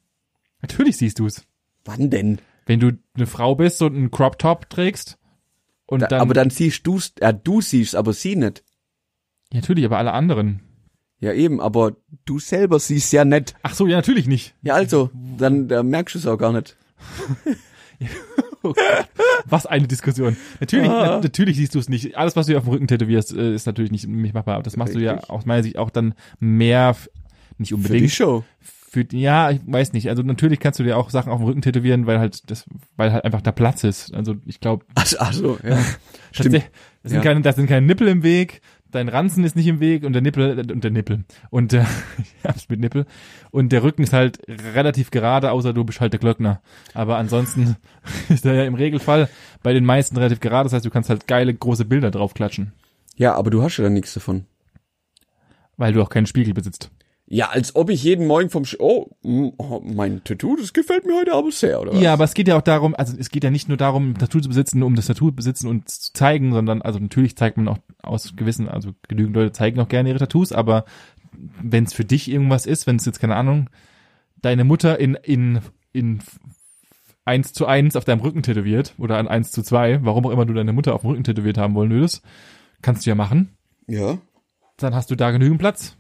Speaker 3: Natürlich siehst du es.
Speaker 1: Wann denn?
Speaker 3: Wenn du eine Frau bist und einen Crop-Top trägst und
Speaker 1: Da,
Speaker 3: dann,
Speaker 1: aber dann siehst du's, ja, du siehst, aber sie nicht.
Speaker 3: Ja, natürlich, aber alle anderen.
Speaker 1: Ja eben, aber du selber siehst ja nicht.
Speaker 3: Ach so, ja, natürlich nicht.
Speaker 1: Ja also, dann da merkst du es auch gar nicht.
Speaker 3: Was eine Diskussion. Natürlich,
Speaker 1: Ah.
Speaker 3: na, natürlich siehst du es nicht. Alles, was du dir auf dem Rücken tätowierst, äh, ist natürlich nicht, nicht machbar. Aber das machst du ja
Speaker 1: Richtig.
Speaker 3: aus meiner Sicht auch dann mehr, f- nicht
Speaker 1: Für die
Speaker 3: unbedingt.
Speaker 1: Show.
Speaker 3: Für, ja, ich weiß nicht. Also natürlich kannst du dir auch Sachen auf dem Rücken tätowieren, weil halt das, weil halt einfach da Platz ist. *laughs* Also ich glaube,
Speaker 1: Also, also ja. *laughs* Stimmt.
Speaker 3: tatsächlich- da sind,
Speaker 1: Ja.
Speaker 3: keine, da sind keine Nippel im Weg, dein Ranzen ist nicht im Weg und der Nippel äh, und der Nippel. Und äh, *laughs* ich hab's mit Nippel. Und der Rücken ist halt relativ gerade, außer du bist halt der Glöckner. Aber ansonsten *laughs* ist er ja im Regelfall bei den meisten relativ gerade. Das heißt, du kannst halt geile große Bilder drauf klatschen,
Speaker 1: Ja, aber du hast ja dann nichts davon.
Speaker 3: weil du auch keinen Spiegel besitzt.
Speaker 1: Ja, als ob ich jeden Morgen vom Sch oh, mm, oh, mein Tattoo, das gefällt mir heute aber sehr, oder was?
Speaker 3: Ja, aber es geht ja auch darum, also es geht ja nicht nur darum, ein Tattoo zu besitzen, um das Tattoo zu besitzen und zu zeigen, sondern also natürlich zeigt man auch aus gewissen, also genügend Leute zeigen auch gerne ihre Tattoos, aber wenn es für dich irgendwas ist, wenn es jetzt keine Ahnung, deine Mutter in in in eins zu eins auf deinem Rücken tätowiert oder an eins zu zwei, warum auch immer du deine Mutter auf dem Rücken tätowiert haben wollen würdest, kannst du ja machen.
Speaker 1: Ja.
Speaker 3: Dann hast du da genügend Platz.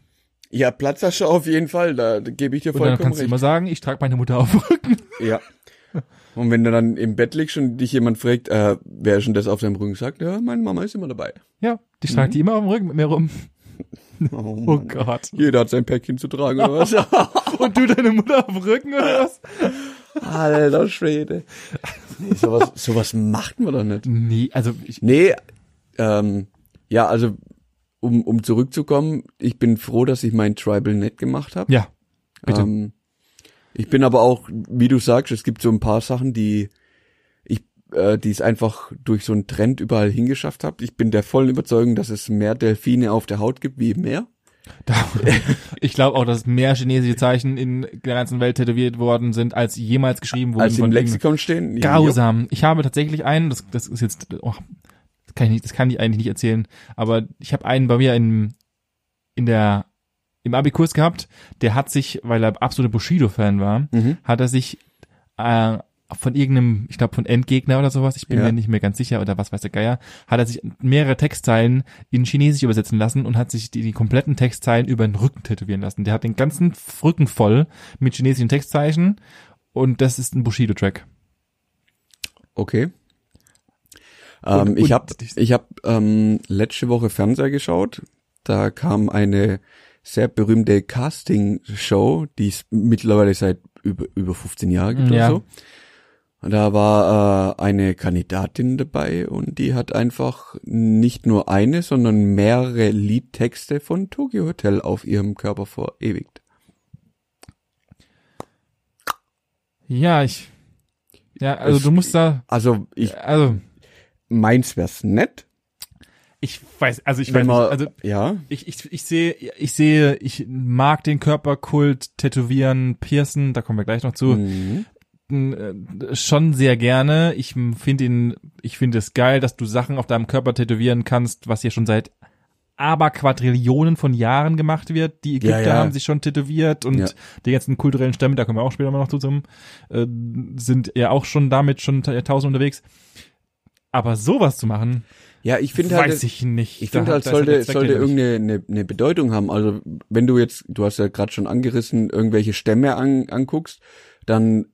Speaker 1: Ja, Platz hast du auf jeden Fall, da, da gebe ich dir
Speaker 3: Und dann
Speaker 1: vollkommen
Speaker 3: kannst du
Speaker 1: recht.
Speaker 3: immer sagen, ich trage meine Mutter auf dem Rücken.
Speaker 1: Ja.
Speaker 3: *laughs*
Speaker 1: Und wenn du dann im Bett liegst und dich jemand fragt, äh, wer ist denn das auf deinem Rücken, sagt, ja, meine Mama ist immer
Speaker 3: *laughs*
Speaker 1: dabei.
Speaker 3: Ja, ich trage die immer auf dem Rücken mit mir rum.
Speaker 1: Mhm. Oh,
Speaker 3: Oh
Speaker 1: Mann.
Speaker 3: Gott.
Speaker 1: Jeder hat sein Päckchen zu tragen, oder was?
Speaker 3: *laughs* Und du deine Mutter auf dem Rücken oder was?
Speaker 1: Alter Schwede. Nee, sowas, sowas macht man doch nicht.
Speaker 3: Nee, also ich,
Speaker 1: Nee, ähm, ja, also, um, um zurückzukommen, ich bin froh, dass ich mein Tribal nicht gemacht habe.
Speaker 3: ja, bitte.
Speaker 1: Ähm, ich bin aber auch, wie du sagst, es gibt so ein paar Sachen, die ich, äh, die es einfach durch so einen Trend überall hingeschafft habe. Ich bin der vollen Überzeugung, dass es mehr Delfine auf der Haut gibt wie im Meer.
Speaker 3: Da, *laughs* ich glaube auch, dass mehr chinesische Zeichen in der ganzen Welt tätowiert worden sind, als jemals geschrieben wurden.
Speaker 1: Als sie im
Speaker 3: irgendeinem-
Speaker 1: Lexikon stehen. Ja,
Speaker 3: Grausam. Ich habe tatsächlich einen, das, das ist jetzt, oh, das kann ich nicht, das kann ich eigentlich nicht erzählen, aber ich habe einen bei mir in, in der, im Abi-Kurs gehabt, der hat sich, weil er absoluter Bushido-Fan war,
Speaker 1: jo. Mhm.
Speaker 3: hat er sich äh, von irgendeinem, ich glaube von Endgegner oder sowas, ich bin
Speaker 1: Ja.
Speaker 3: mir nicht mehr ganz sicher oder was weiß der Geier, hat er sich mehrere Textzeilen in Chinesisch übersetzen lassen und hat sich die, die kompletten Textzeilen über den Rücken tätowieren lassen. Der hat den ganzen Rücken voll mit chinesischen Textzeichen und das ist ein Bushido-Track.
Speaker 1: Okay. Ähm,
Speaker 3: Und-
Speaker 1: ich
Speaker 3: und-
Speaker 1: habe ich hab, ähm, letzte Woche Fernseher geschaut. Da kam eine sehr berühmte Casting-Show, die es mittlerweile seit über, über 15 Jahren gibt
Speaker 3: Ja.
Speaker 1: oder so. Und Da war äh, eine Kandidatin dabei und die hat einfach nicht nur eine, sondern mehrere Liedtexte von Tokyo Hotel auf ihrem Körper verewigt.
Speaker 3: Ja, ich, ja, also
Speaker 1: Es-
Speaker 3: du musst da,
Speaker 1: Also ich
Speaker 3: also
Speaker 1: meins wär's nett,
Speaker 3: ich weiß, also ich weiß,
Speaker 1: wenn
Speaker 3: nicht,
Speaker 1: man
Speaker 3: also
Speaker 1: ja
Speaker 3: Ich, ich, ich sehe, ich sehe, ich mag den Körperkult, Tätowieren, Piercen, da kommen wir gleich noch zu,
Speaker 1: Mhm.
Speaker 3: äh, schon sehr gerne. Ich finde ihn, ich finde es geil, dass du Sachen auf deinem Körper tätowieren kannst, was hier schon seit aber Quadrillionen von Jahren gemacht wird. Die Ägypter
Speaker 1: ja.
Speaker 3: haben sich schon tätowiert und
Speaker 1: Ja.
Speaker 3: die ganzen kulturellen Stämme, da kommen wir auch später mal noch zusammen, äh, sind ja auch schon damit schon ta- tausend unterwegs. Aber sowas zu machen,
Speaker 1: ja ich finde halt
Speaker 3: weiß ich nicht.
Speaker 1: Ich
Speaker 3: Da
Speaker 1: finde halt,
Speaker 3: hat- da ist halt
Speaker 1: sollte,
Speaker 3: der Zweck
Speaker 1: sollte
Speaker 3: hinter nicht.
Speaker 1: irgendeine eine, eine Bedeutung haben. Also wenn du jetzt, du hast ja gerade schon angerissen, irgendwelche Stämme an, anguckst, dann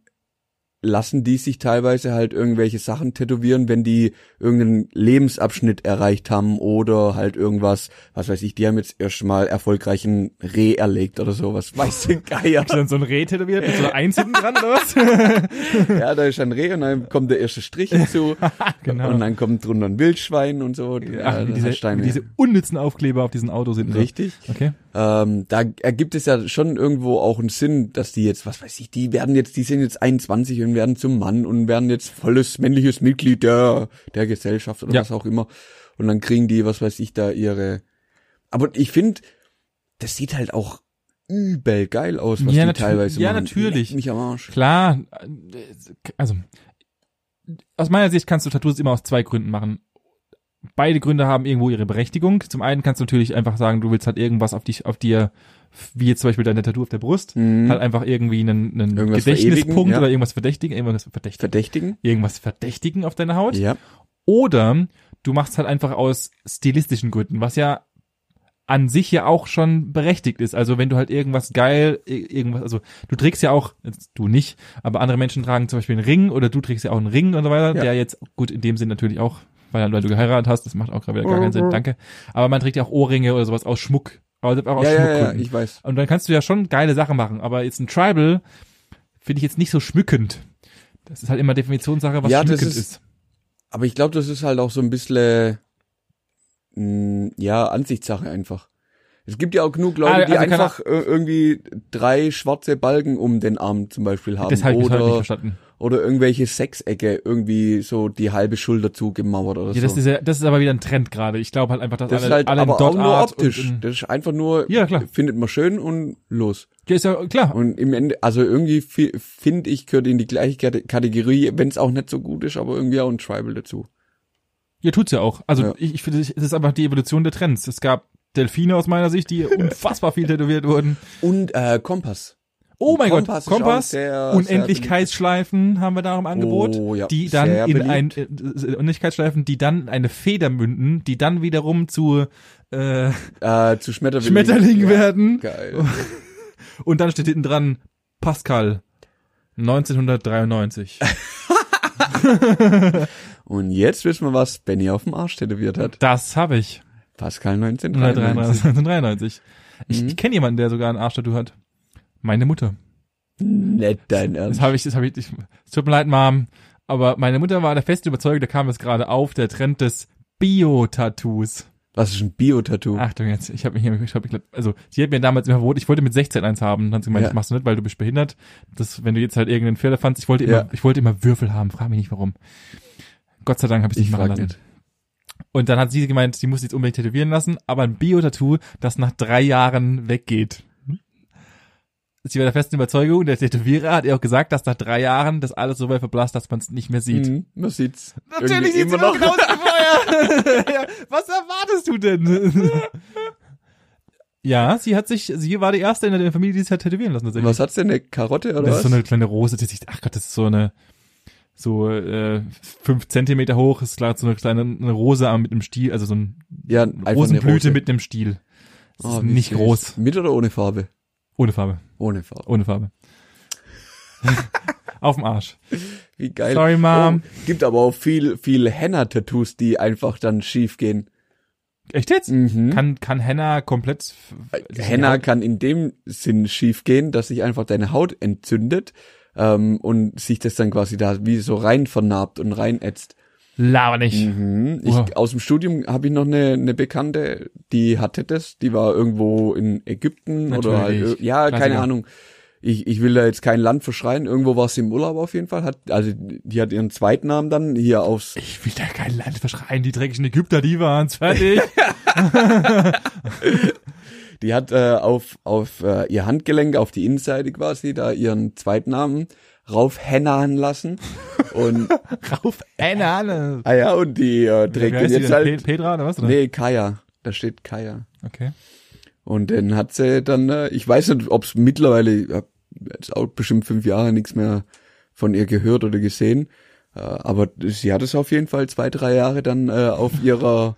Speaker 1: lassen die sich teilweise halt irgendwelche Sachen tätowieren, wenn die irgendeinen Lebensabschnitt erreicht haben oder halt irgendwas, was weiß ich, die haben jetzt erstmal erfolgreichen Reh erlegt oder sowas. *laughs* Weiß der Geier.
Speaker 3: Ist dann so ein Reh tätowiert mit so einer Eins hinten dran oder was?
Speaker 1: ja, da ist ein Reh und dann kommt der erste Strich hinzu
Speaker 3: *laughs* Genau.
Speaker 1: und dann kommt drunter ein Wildschwein und so.
Speaker 3: Ach,
Speaker 1: Ja,
Speaker 3: wie diese,
Speaker 1: hast Steine.
Speaker 3: wie diese unnützen Aufkleber auf diesen Autos hinten. drauf.
Speaker 1: Richtig.
Speaker 3: Okay.
Speaker 1: Ähm, da ergibt es ja schon irgendwo auch einen Sinn, dass die jetzt, was weiß ich, die werden jetzt, die sind jetzt 21 und werden zum Mann und werden jetzt volles männliches Mitglied der, der Gesellschaft oder
Speaker 3: Ja.
Speaker 1: was auch immer. Und dann kriegen die, was weiß ich, da ihre. Aber ich finde, das sieht halt auch übel geil aus, was
Speaker 3: Ja,
Speaker 1: die
Speaker 3: natu-
Speaker 1: teilweise
Speaker 3: ja,
Speaker 1: machen.
Speaker 3: natürlich.
Speaker 1: Leck mich am Arsch.
Speaker 3: Klar, äh, also aus meiner Sicht kannst du Tattoos immer aus zwei Gründen machen. Beide Gründe haben irgendwo ihre Berechtigung. Zum einen kannst du natürlich einfach sagen, du willst halt irgendwas auf dich, auf dir, wie jetzt zum Beispiel deine Tattoo auf der Brust,
Speaker 1: Mhm.
Speaker 3: halt einfach irgendwie einen, einen
Speaker 1: Irgendwas verewigen,
Speaker 3: Gedächtnispunkt
Speaker 1: ja.
Speaker 3: oder irgendwas verdächtigen, irgendwas verdächtigen,
Speaker 1: Verdächtigen?
Speaker 3: irgendwas verdächtigen auf deiner Haut.
Speaker 1: Ja.
Speaker 3: Oder du machst halt einfach aus stilistischen Gründen, was ja an sich ja auch schon berechtigt ist. Also wenn du halt irgendwas geil, i- irgendwas, also du trägst ja auch, jetzt du nicht, aber andere Menschen tragen zum Beispiel einen Ring oder du trägst ja auch einen Ring und so weiter,
Speaker 1: Ja.
Speaker 3: der jetzt, gut, in dem Sinn natürlich auch, weil, weil du geheiratet hast, das macht auch gerade wieder gar keinen
Speaker 1: Mhm.
Speaker 3: Sinn, danke. Aber man trägt ja auch Ohrringe oder sowas aus Schmuck, also auch aus
Speaker 1: Ja, ja, ja,
Speaker 3: Schmuckgründen.
Speaker 1: ich weiß.
Speaker 3: Und dann kannst du ja schon geile Sachen machen. Aber jetzt ein Tribal finde ich jetzt nicht so schmückend. Das ist halt immer Definitionssache, was
Speaker 1: Ja, das
Speaker 3: schmückend
Speaker 1: ist-
Speaker 3: ist.
Speaker 1: Aber ich glaube, das ist halt auch so ein bisschen, mh, ja, Ansichtssache einfach. Es gibt ja auch genug Leute,
Speaker 3: Ah,
Speaker 1: die
Speaker 3: also kann
Speaker 1: einfach äh, irgendwie drei schwarze Balken um den Arm zum Beispiel haben.
Speaker 3: Das habe ich bis heute nicht
Speaker 1: oder,
Speaker 3: verstanden.
Speaker 1: oder irgendwelche Sechsecke, irgendwie so die halbe Schulter zugemauert oder
Speaker 3: Ja,
Speaker 1: so.
Speaker 3: das ist ja, das ist aber wieder ein Trend gerade. Ich glaube halt einfach, dass
Speaker 1: das
Speaker 3: alle,
Speaker 1: ist halt
Speaker 3: alle in
Speaker 1: aber auch nur
Speaker 3: Dot-Art
Speaker 1: optisch.
Speaker 3: Und, und,
Speaker 1: das ist einfach nur,
Speaker 3: Ja, klar.
Speaker 1: findet man schön und los.
Speaker 3: ja, ist ja klar.
Speaker 1: Und im Ende, also irgendwie finde ich, gehört in die gleiche Kate- Kategorie, wenn es auch nicht so gut ist, aber irgendwie auch ein Tribal dazu.
Speaker 3: Ja, tut's ja auch. Also
Speaker 1: Ja.
Speaker 3: ich, ich finde, es ist einfach die Evolution der Trends. Es gab Delfine aus meiner
Speaker 1: *laughs*
Speaker 3: Sicht, die unfassbar viel tätowiert wurden.
Speaker 1: Und äh, Kompass.
Speaker 3: Oh mein
Speaker 1: Kompass ist
Speaker 3: Gott,
Speaker 1: auch
Speaker 3: Kompass,
Speaker 1: sehr- sehr
Speaker 3: Unendlichkeitsschleifen haben wir da im Angebot,
Speaker 1: Oh, ja,
Speaker 3: die dann
Speaker 1: sehr
Speaker 3: in
Speaker 1: beliebt.
Speaker 3: ein äh, äh, Unendlichkeitsschleifen, die dann eine Feder münden, die dann wiederum zu äh,
Speaker 1: Äh, zu Schmetterlingen.
Speaker 3: Schmetterlingen
Speaker 1: ja,
Speaker 3: werden.
Speaker 1: Geil.
Speaker 3: Und dann steht hinten dran Pascal 1993.
Speaker 1: Und jetzt wissen wir, was Benny auf dem Arsch tätowiert hat.
Speaker 3: Das habe ich.
Speaker 1: Pascal 1993.
Speaker 3: 1993. 1993. Ich,
Speaker 1: Mhm.
Speaker 3: ich kenne jemanden, der sogar ein Arschtattoo hat. Meine Mutter.
Speaker 1: Nett dein
Speaker 3: Das
Speaker 1: Ernst.
Speaker 3: habe ich, das habe ich, ich, es tut mir leid, Mom. Aber meine Mutter war der festen Überzeugung, da kam es gerade auf, der Trend des Bio-Tattoos.
Speaker 1: Was ist ein Bio-Tattoo?
Speaker 3: Achtung jetzt, ich habe mich hier, ich hab, mich- also sie hat mir damals immer verboten, ich wollte mit 16 eins haben, dann hat sie gemeint,
Speaker 1: Ja.
Speaker 3: das machst du nicht, weil du bist behindert. Das, wenn du jetzt halt irgendeinen Fehler fandst, ich wollte immer,
Speaker 1: Ja.
Speaker 3: ich wollte immer Würfel haben, frag mich nicht warum. Gott sei Dank habe ich nicht machen
Speaker 1: frag
Speaker 3: lassen. Und dann hat sie gemeint, sie muss jetzt unbedingt tätowieren lassen, aber ein Bio-Tattoo, das nach drei Jahren weggeht. Sie war der festen Überzeugung, der Tätowierer hat ihr auch gesagt, dass nach drei Jahren das alles so weit verblasst, dass man es nicht mehr sieht.
Speaker 1: Mhm, man sieht's.
Speaker 3: Natürlich
Speaker 1: Irgendwie
Speaker 3: sieht sie noch genauso wie vorher.
Speaker 1: *laughs*
Speaker 3: ja, was erwartest du denn? *laughs* ja, sie hat sich, sie war die erste in der Familie, die sich hat tätowieren lassen. tatsächlich.
Speaker 1: Was hat's denn, eine Karotte oder
Speaker 3: das ist
Speaker 1: was?
Speaker 3: so eine kleine Rose, die sich, ach Gott, das ist so eine, so äh, fünf Zentimeter hoch, ist klar so eine kleine eine Rose aber mit einem Stiel, also so ein
Speaker 1: Ja, einfach eine
Speaker 3: Rosenblüte
Speaker 1: Rose.
Speaker 3: mit einem Stiel. Das
Speaker 1: Ah,
Speaker 3: ist
Speaker 1: wie
Speaker 3: nicht
Speaker 1: süß.
Speaker 3: groß.
Speaker 1: Mit oder ohne Farbe?
Speaker 3: Ohne Farbe.
Speaker 1: Ohne Farbe. *laughs*
Speaker 3: Ohne Farbe. Auf dem Arsch.
Speaker 1: Wie geil.
Speaker 3: Sorry, Mom.
Speaker 1: Oh, gibt aber auch viel, viel Henna-Tattoos, die einfach dann schief gehen.
Speaker 3: Echt jetzt?
Speaker 1: Mhm.
Speaker 3: Kann, kann Henna komplett.
Speaker 1: Äh, Henna kann in dem Sinn schief gehen, dass sich einfach deine Haut entzündet ähm, und sich das dann quasi da wie so rein vernarbt und reinätzt.
Speaker 3: Laber nicht.
Speaker 1: Mhm. Ich,
Speaker 3: Wow.
Speaker 1: aus dem Studium habe ich noch eine, eine Bekannte, die hatte das, die war irgendwo in Ägypten oder
Speaker 3: Natürlich.
Speaker 1: halt, ja, keine
Speaker 3: Klassiker.
Speaker 1: Ahnung. Ich, ich will da jetzt kein Land verschreien, irgendwo war sie im Urlaub auf jeden Fall, hat, also die hat ihren Zweitnamen dann hier aufs
Speaker 3: Ich will da kein Land verschreien. Die dreckigen Ägypter, die waren's. *laughs* Fertig.
Speaker 1: Die hat äh, auf, auf äh, ihr Handgelenk, auf die Innenseite quasi, da ihren Zweitnamen rauf hennahen lassen.
Speaker 3: *laughs*
Speaker 1: Und,
Speaker 3: Rauf. Henna. Henna.
Speaker 1: ah ja, und die äh, trägt den
Speaker 3: heißt die
Speaker 1: jetzt
Speaker 3: denn?
Speaker 1: halt.
Speaker 3: Pe- Petra oder was? Oder?
Speaker 1: Nee, Kaya. Da steht Kaya.
Speaker 3: Okay.
Speaker 1: Und dann hat sie dann, äh, ich weiß nicht, ob es mittlerweile, ich hab jetzt auch bestimmt fünf Jahre nichts mehr von ihr gehört oder gesehen. Äh, aber sie hat es auf jeden Fall zwei, drei Jahre dann äh, auf
Speaker 3: *laughs*
Speaker 1: ihrer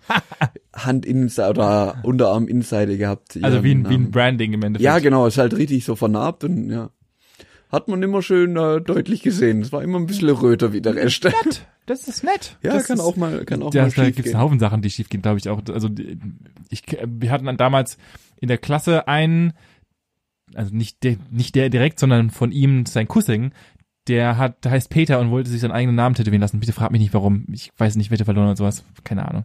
Speaker 1: Handinnenseite oder Unterarminnenseite gehabt.
Speaker 3: Also
Speaker 1: ihren
Speaker 3: wie ein, wie
Speaker 1: Namen.
Speaker 3: ein Branding im Endeffekt.
Speaker 1: genau. Ja, genau, ist halt richtig so vernarbt und ja. Hat man immer schön äh, deutlich gesehen. Es war immer ein bisschen röter wie der Rest.
Speaker 3: nett. Das ist nett.
Speaker 1: *laughs* Ja,
Speaker 3: das
Speaker 1: kann
Speaker 3: ist,
Speaker 1: auch mal, kann auch
Speaker 3: Ja,
Speaker 1: mal
Speaker 3: da
Speaker 1: schief
Speaker 3: gibt's
Speaker 1: gehen.
Speaker 3: einen Haufen Sachen, die schief gehen, glaube ich auch. Also die- ich, wir hatten dann damals in der Klasse einen, also nicht der, nicht der direkt, sondern von ihm sein Cousin, der hat, der heißt Peter und wollte sich seinen eigenen Namen tätowieren lassen. Bitte frag mich nicht, warum. Ich weiß nicht, Wette verloren oder sowas. Keine Ahnung.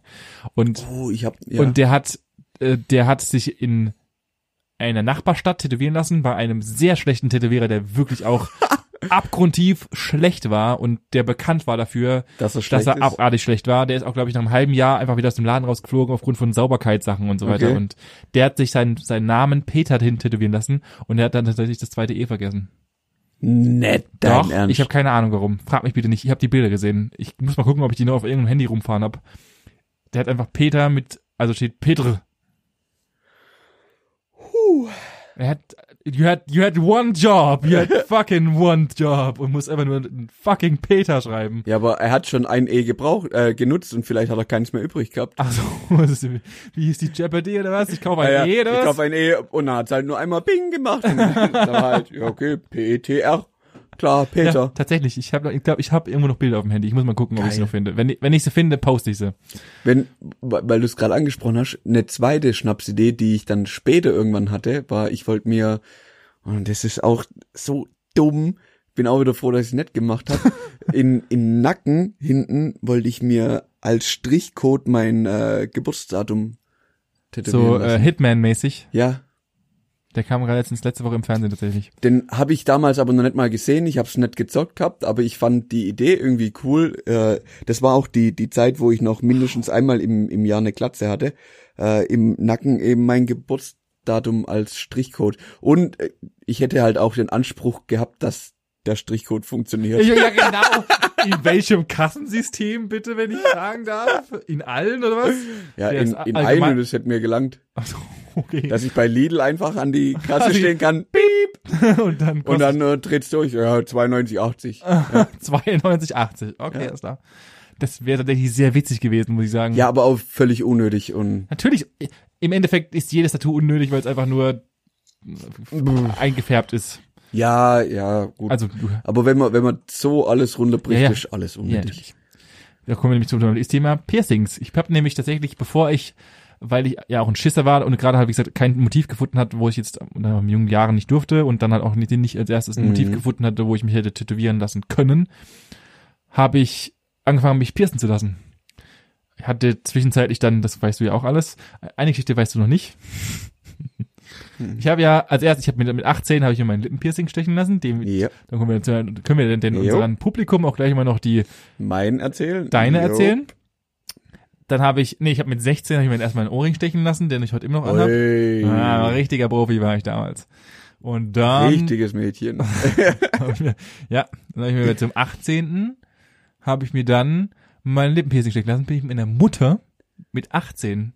Speaker 3: Und
Speaker 1: Oh, ich hab, ja.
Speaker 3: und der hat, äh, der hat sich in einer Nachbarstadt tätowieren lassen bei einem sehr schlechten Tätowierer, der
Speaker 1: *laughs*
Speaker 3: wirklich auch abgrundtief schlecht war und der bekannt war dafür,
Speaker 1: dass er
Speaker 3: dass
Speaker 1: schlecht
Speaker 3: er
Speaker 1: ist.
Speaker 3: abartig schlecht war. Der ist auch, glaube ich, nach einem halben Jahr einfach wieder aus dem Laden rausgeflogen aufgrund von Sauberkeitssachen und so
Speaker 1: Okay.
Speaker 3: weiter. Und der hat sich seinen, seinen Namen Peter hin tätowieren lassen und er hat dann tatsächlich das zweite E vergessen.
Speaker 1: Nett, dein
Speaker 3: Doch,
Speaker 1: Ernst.
Speaker 3: ich habe keine Ahnung warum. Frag mich bitte nicht. Ich habe die Bilder gesehen. Ich muss mal gucken, ob ich die nur auf irgendeinem Handy rumfahren hab. Der hat einfach Peter mit, also steht Petre. Er hat, you had, you had one job.
Speaker 1: *laughs*
Speaker 3: You had fucking one job. Und muss einfach nur einen fucking Peter schreiben.
Speaker 1: ja, aber er hat schon ein E gebraucht, äh, genutzt und vielleicht hat er keins mehr übrig gehabt.
Speaker 3: Ach so, *laughs* was ist, denn- wie hieß die Jeopardy oder was? Ich kaufe ein
Speaker 1: Ah ja,
Speaker 3: E oder
Speaker 1: ich
Speaker 3: was?
Speaker 1: glaube ein E und er hat halt nur einmal Bing gemacht. Und dann *laughs* war halt, ja, okay, PETR. Klar,
Speaker 3: ja,
Speaker 1: Peter.
Speaker 3: tatsächlich. Ich glaube, ich, glaub, ich habe irgendwo noch Bilder auf dem Handy. Ich muss mal gucken, ob ich sie
Speaker 1: Geil.
Speaker 3: noch finde. Wenn, wenn ich sie finde, poste ich sie.
Speaker 1: Wenn, weil du es gerade angesprochen hast, eine zweite Schnapsidee, die ich dann später irgendwann hatte, war, ich wollte mir, und das ist auch so dumm, bin auch wieder froh, dass ich es nicht gemacht
Speaker 3: *laughs*
Speaker 1: habe, in, im Nacken hinten wollte ich mir als Strichcode mein äh, Geburtsdatum tätowieren
Speaker 3: So äh,
Speaker 1: lassen.
Speaker 3: Hitman-mäßig.
Speaker 1: ja,
Speaker 3: Der kam gerade letztens letzte Woche im Fernsehen tatsächlich.
Speaker 1: den habe ich damals aber noch nicht mal gesehen, ich habe es nicht gezockt gehabt, aber ich fand die Idee irgendwie cool. Äh, das war auch die, die Zeit, wo ich noch mindestens einmal im, im Jahr eine Glatze hatte, äh, im Nacken eben mein Geburtsdatum als Strichcode. Und äh, ich hätte halt auch den Anspruch gehabt, dass der Strichcode funktioniert.
Speaker 3: *laughs* ja, genau. In welchem Kassensystem bitte, wenn ich fragen darf? In allen oder was?
Speaker 1: ja,
Speaker 3: der
Speaker 1: in,
Speaker 3: ist a-
Speaker 1: in
Speaker 3: allgemein-
Speaker 1: einem,
Speaker 3: *laughs*
Speaker 1: das hätte mir gelangt,
Speaker 3: Achso, okay.
Speaker 1: dass ich bei Lidl einfach *laughs* an die Kasse
Speaker 3: Quasi.
Speaker 1: stehen kann, piep,
Speaker 3: und dann
Speaker 1: und
Speaker 3: kostet
Speaker 1: dann äh, dreht's durch, ja, 92,80.
Speaker 3: 92,80. Okay, ist da. Das wäre tatsächlich sehr witzig gewesen, muss ich sagen.
Speaker 1: Ja, aber auch völlig unnötig und
Speaker 3: Natürlich, im Endeffekt ist jedes Tattoo unnötig, weil es einfach nur eingefärbt ist.
Speaker 1: ja, ja, gut.
Speaker 3: Also, du- ja,
Speaker 1: Aber wenn man, wenn man so alles runterbricht,
Speaker 3: Ja, ja.
Speaker 1: ist alles unnötig.
Speaker 3: natürlich. Da kommen wir nämlich zum Thema Piercings. Ich habe nämlich tatsächlich, bevor ich, weil ich ja auch ein Schisser war und gerade halt, wie gesagt, kein Motiv gefunden hat, wo ich jetzt äh, in jungen Jahren nicht durfte und dann halt auch nicht, nicht als erstes ein Motiv
Speaker 1: Mhm.
Speaker 3: gefunden hatte, wo ich mich hätte tätowieren lassen können, habe ich angefangen, mich piercen zu lassen. Ich hatte zwischenzeitlich dann, das weißt du ja auch alles, eine Geschichte weißt du noch nicht.
Speaker 1: Mhm.
Speaker 3: Ich habe ja als erstes, ich habe mit, mit 18 habe ich mir meinen Lippenpiercing stechen lassen, dem,
Speaker 1: Ja,
Speaker 3: dann können wir, zu- können wir denn, denn
Speaker 1: Jo.
Speaker 3: unserem Publikum auch gleich mal noch die
Speaker 1: mein erzählen.
Speaker 3: deine
Speaker 1: Jo.
Speaker 3: erzählen. Dann habe ich, nee, ich habe mit 16 habe ich mir erstmal einen Ohrring stechen lassen, den ich heute immer noch anhabe.
Speaker 1: Ui.
Speaker 3: Ah, richtiger Profi war ich damals. Und dann,
Speaker 1: Richtiges Mädchen.
Speaker 3: hab ich mir, ja, dann habe ich mir zum 18. habe ich mir dann meinen Lippenpiercing stechen lassen, bin ich mit meiner Mutter mit 18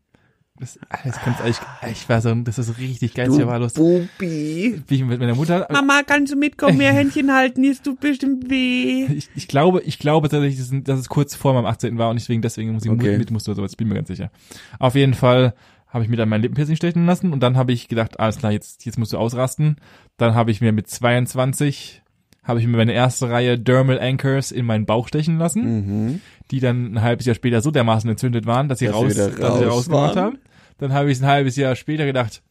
Speaker 3: Das, das kannst du eigentlich, ich war so, das ist richtig geil, hier war los.
Speaker 1: Bubi.
Speaker 3: Wie ich mit meiner Mutter,
Speaker 1: Mama, kannst du mitkommen, mir Händchen halten, hier ist du bestimmt weh.
Speaker 3: ich, ich glaube, ich glaube tatsächlich, dass, dass es kurz vor meinem 18. war und deswegen, deswegen muss ich
Speaker 1: Okay.
Speaker 3: mit, mit musste oder sowas, bin mir ganz sicher. Auf jeden Fall habe ich mir dann mein Lippenpiercing stechen lassen und dann habe ich gedacht, alles klar, jetzt, jetzt musst du ausrasten. Dann habe ich mir mit 22 habe ich mir meine erste Reihe Dermal Anchors in meinen Bauch stechen lassen
Speaker 1: Mhm.
Speaker 3: die dann ein halbes Jahr später so dermaßen entzündet waren, dass sie
Speaker 1: Dass sie
Speaker 3: raus,
Speaker 1: wieder
Speaker 3: dass sie
Speaker 1: raus
Speaker 3: rausgemacht
Speaker 1: waren.
Speaker 3: haben. Dann habe ich es ein halbes Jahr später gedacht,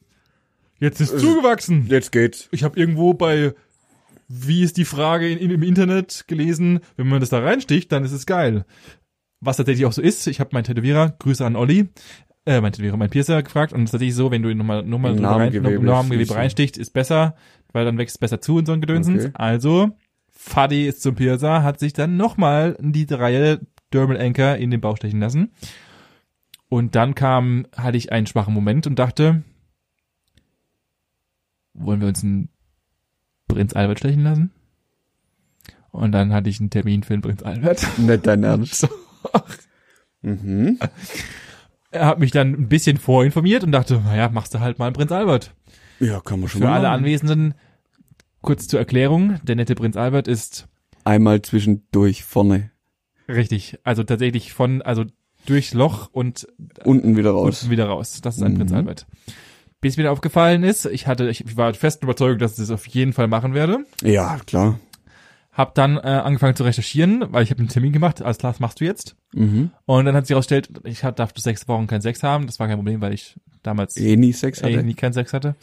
Speaker 3: jetzt
Speaker 1: Äh.
Speaker 3: ist zugewachsen.
Speaker 1: Jetzt geht's.
Speaker 3: Ich habe irgendwo bei wie ist die Frage in, in, im Internet gelesen, wenn man das da reinsticht, dann ist es geil. Was tatsächlich auch so ist, ich habe meinen Tätowierer, Grüße an Olli, äh, mein Tätowierer, mein Piercer gefragt und es ist tatsächlich so, wenn du ihn nochmal nochmal
Speaker 1: Im
Speaker 3: drüber rein,
Speaker 1: Namengewebe
Speaker 3: noch- im
Speaker 1: ist
Speaker 3: Namengewebe
Speaker 1: nicht so.
Speaker 3: reinsticht, ist besser, weil dann wächst es besser zu und so ein Gedönsens.
Speaker 1: Okay.
Speaker 3: Also, Fadi ist zum Piercer, hat sich dann nochmal die Reihe Dermal Anchor in den Bauch stechen lassen. Und dann kam, hatte ich einen schwachen Moment und dachte, wollen wir uns einen Prinz Albert stechen lassen? Und dann hatte ich einen Termin für den Prinz Albert. *laughs*
Speaker 1: Nicht dein Ernst.
Speaker 3: So.
Speaker 1: Mhm.
Speaker 3: Er hat mich dann ein bisschen vorinformiert und dachte, naja, machst du halt mal einen Prinz Albert.
Speaker 1: Ja, kann man schon
Speaker 3: Für
Speaker 1: mal.
Speaker 3: alle
Speaker 1: machen.
Speaker 3: Anwesenden, kurz zur Erklärung, der nette Prinz Albert ist
Speaker 1: Einmal zwischendurch vorne.
Speaker 3: richtig, also tatsächlich von, also durchs Loch und
Speaker 1: Unten wieder raus.
Speaker 3: unten wieder raus. Das ist ein
Speaker 1: Mhm.
Speaker 3: Prinz Albert. Bis mir aufgefallen ist, ich hatte, ich war fest überzeugt, dass ich das auf jeden Fall machen werde.
Speaker 1: Ja, klar.
Speaker 3: Hab dann äh, angefangen zu recherchieren, weil ich habe einen Termin gemacht, alles klar, das machst du jetzt.
Speaker 1: Mhm.
Speaker 3: Und dann hat sich herausgestellt, ich hat, darf sechs Wochen keinen Sex haben. Das war kein Problem, weil ich damals eh
Speaker 1: Eh nie Sex hatte.
Speaker 3: nie keinen Sex hatte.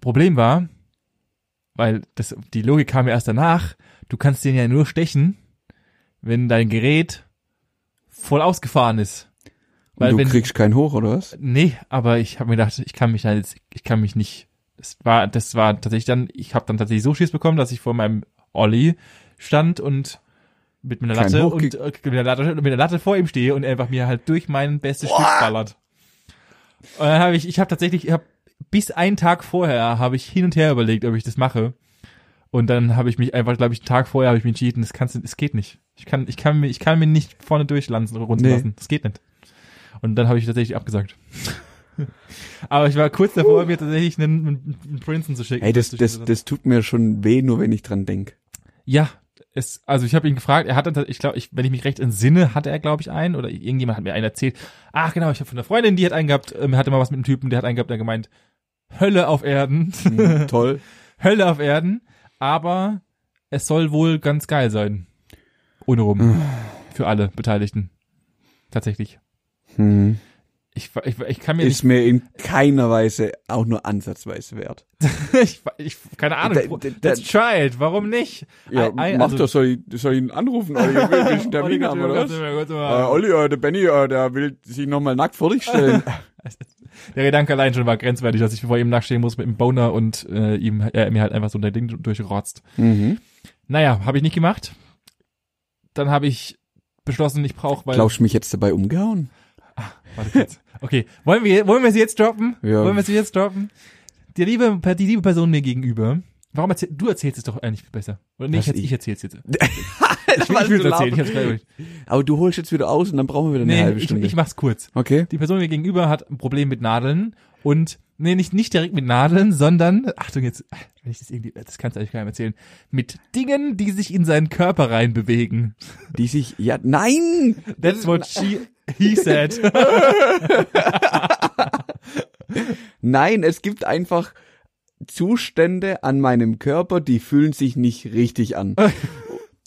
Speaker 3: Problem war, weil das, die Logik kam ja erst danach, du kannst den ja nur stechen, wenn dein Gerät voll ausgefahren ist. Weil
Speaker 1: du
Speaker 3: wenn,
Speaker 1: kriegst keinen hoch, oder was?
Speaker 3: Nee, aber ich habe mir gedacht, ich kann mich da jetzt, ich kann mich nicht. Das war, das war tatsächlich dann, ich habe dann tatsächlich so Schiss bekommen, dass ich vor meinem Olli stand und mit meiner
Speaker 1: Kein
Speaker 3: Latte und
Speaker 1: Hochkick.
Speaker 3: äh, mit, der Latte, mit der Latte vor ihm stehe und er einfach mir halt durch mein bestes Stück ballert. Und dann habe ich, ich habe tatsächlich, ich hab, bis einen Tag vorher habe ich hin und her überlegt, ob ich das mache. Und dann habe ich mich einfach, glaube ich, einen Tag vorher habe ich mich entschieden, das kannst du, es geht nicht. Ich kann, ich kann mir, ich kann mir nicht vorne durchlanzen oder runter
Speaker 1: Nee.
Speaker 3: lassen. Das geht nicht. Und dann habe ich tatsächlich abgesagt. Aber ich war kurz davor, mir tatsächlich einen, einen, einen Prinzen zu schicken.
Speaker 1: Ey, das,
Speaker 3: Zu
Speaker 1: das,
Speaker 3: schicken.
Speaker 1: das tut mir schon weh, nur wenn ich dran
Speaker 3: *laughs*
Speaker 1: denk.
Speaker 3: Ja, es, also ich habe ihn gefragt, er hat dann, ich glaube, ich, wenn ich mich recht entsinne, hatte er, glaube ich, einen oder irgendjemand hat mir einen erzählt. Ach genau, ich habe von einer Freundin, die hat einen gehabt, ähm, hatte mal was mit einem Typen, der hat einen gehabt, der gemeint, Hölle auf Erden,
Speaker 1: Mhm, toll.
Speaker 3: *laughs* Hölle auf Erden, aber es soll wohl ganz geil sein. Ohne rum. Für alle Beteiligten. Tatsächlich.
Speaker 1: Hm.
Speaker 3: Ich, ich, ich kann mir
Speaker 1: Ist mir in keiner Weise auch nur ansatzweise wert.
Speaker 3: nicht, *laughs* ich, ich, keine Ahnung,
Speaker 1: Da- da- da-
Speaker 3: let's try it, warum nicht?
Speaker 1: Ja,
Speaker 3: Ein- ein-
Speaker 1: mach
Speaker 3: also-
Speaker 1: das, soll ich, soll ich ihn anrufen? Olli, ich will
Speaker 3: *laughs*
Speaker 1: einen
Speaker 3: Olli,
Speaker 1: Termin
Speaker 3: kannst
Speaker 1: haben,
Speaker 3: du mir
Speaker 1: oder
Speaker 3: kurz-
Speaker 1: was?
Speaker 3: kurz
Speaker 1: Äh,
Speaker 3: mal-
Speaker 1: Olli, äh, der Benny, äh, der will sich nochmal nackt vor dich stellen.
Speaker 3: *laughs* Der Gedanke allein schon war grenzwertig, dass ich vor ihm nachstehen muss mit dem Boner und äh, ihm er mir halt einfach so ein Ding durchrotzt.
Speaker 1: mhm.
Speaker 3: Naja, habe ich nicht gemacht. Dann habe ich beschlossen, ich brauche weil
Speaker 1: Glaubst du mich jetzt dabei umgehauen?
Speaker 3: warte kurz. Okay, wollen wir wollen wir sie jetzt droppen?
Speaker 1: Ja.
Speaker 3: Wollen wir sie jetzt droppen? Die liebe die liebe Person mir gegenüber. Warum erzähl, du erzählst es doch eigentlich besser? Oder nee,
Speaker 1: Was
Speaker 3: ich, erz-
Speaker 1: ich-
Speaker 3: ich
Speaker 1: *laughs*
Speaker 3: erzähl's jetzt.
Speaker 1: Ich
Speaker 3: *laughs* Ich will es erzählen, ich hab's gleich. durch.
Speaker 1: Aber du holst jetzt wieder aus und dann brauchen wir wieder eine
Speaker 3: Nee,
Speaker 1: halbe
Speaker 3: ich,
Speaker 1: Stunde.
Speaker 3: ich mach's kurz.
Speaker 1: okay.
Speaker 3: Die Person mir gegenüber hat ein Problem mit Nadeln und nee, nicht nicht direkt mit Nadeln, sondern Achtung jetzt, wenn ich das irgendwie das kannst du eigentlich keinem erzählen, mit Dingen, die sich in seinen Körper reinbewegen.
Speaker 1: Die sich, ja, nein!
Speaker 3: That's what she he
Speaker 1: *laughs*
Speaker 3: said.
Speaker 1: Nein, es gibt einfach Zustände an meinem Körper, die fühlen sich nicht richtig an.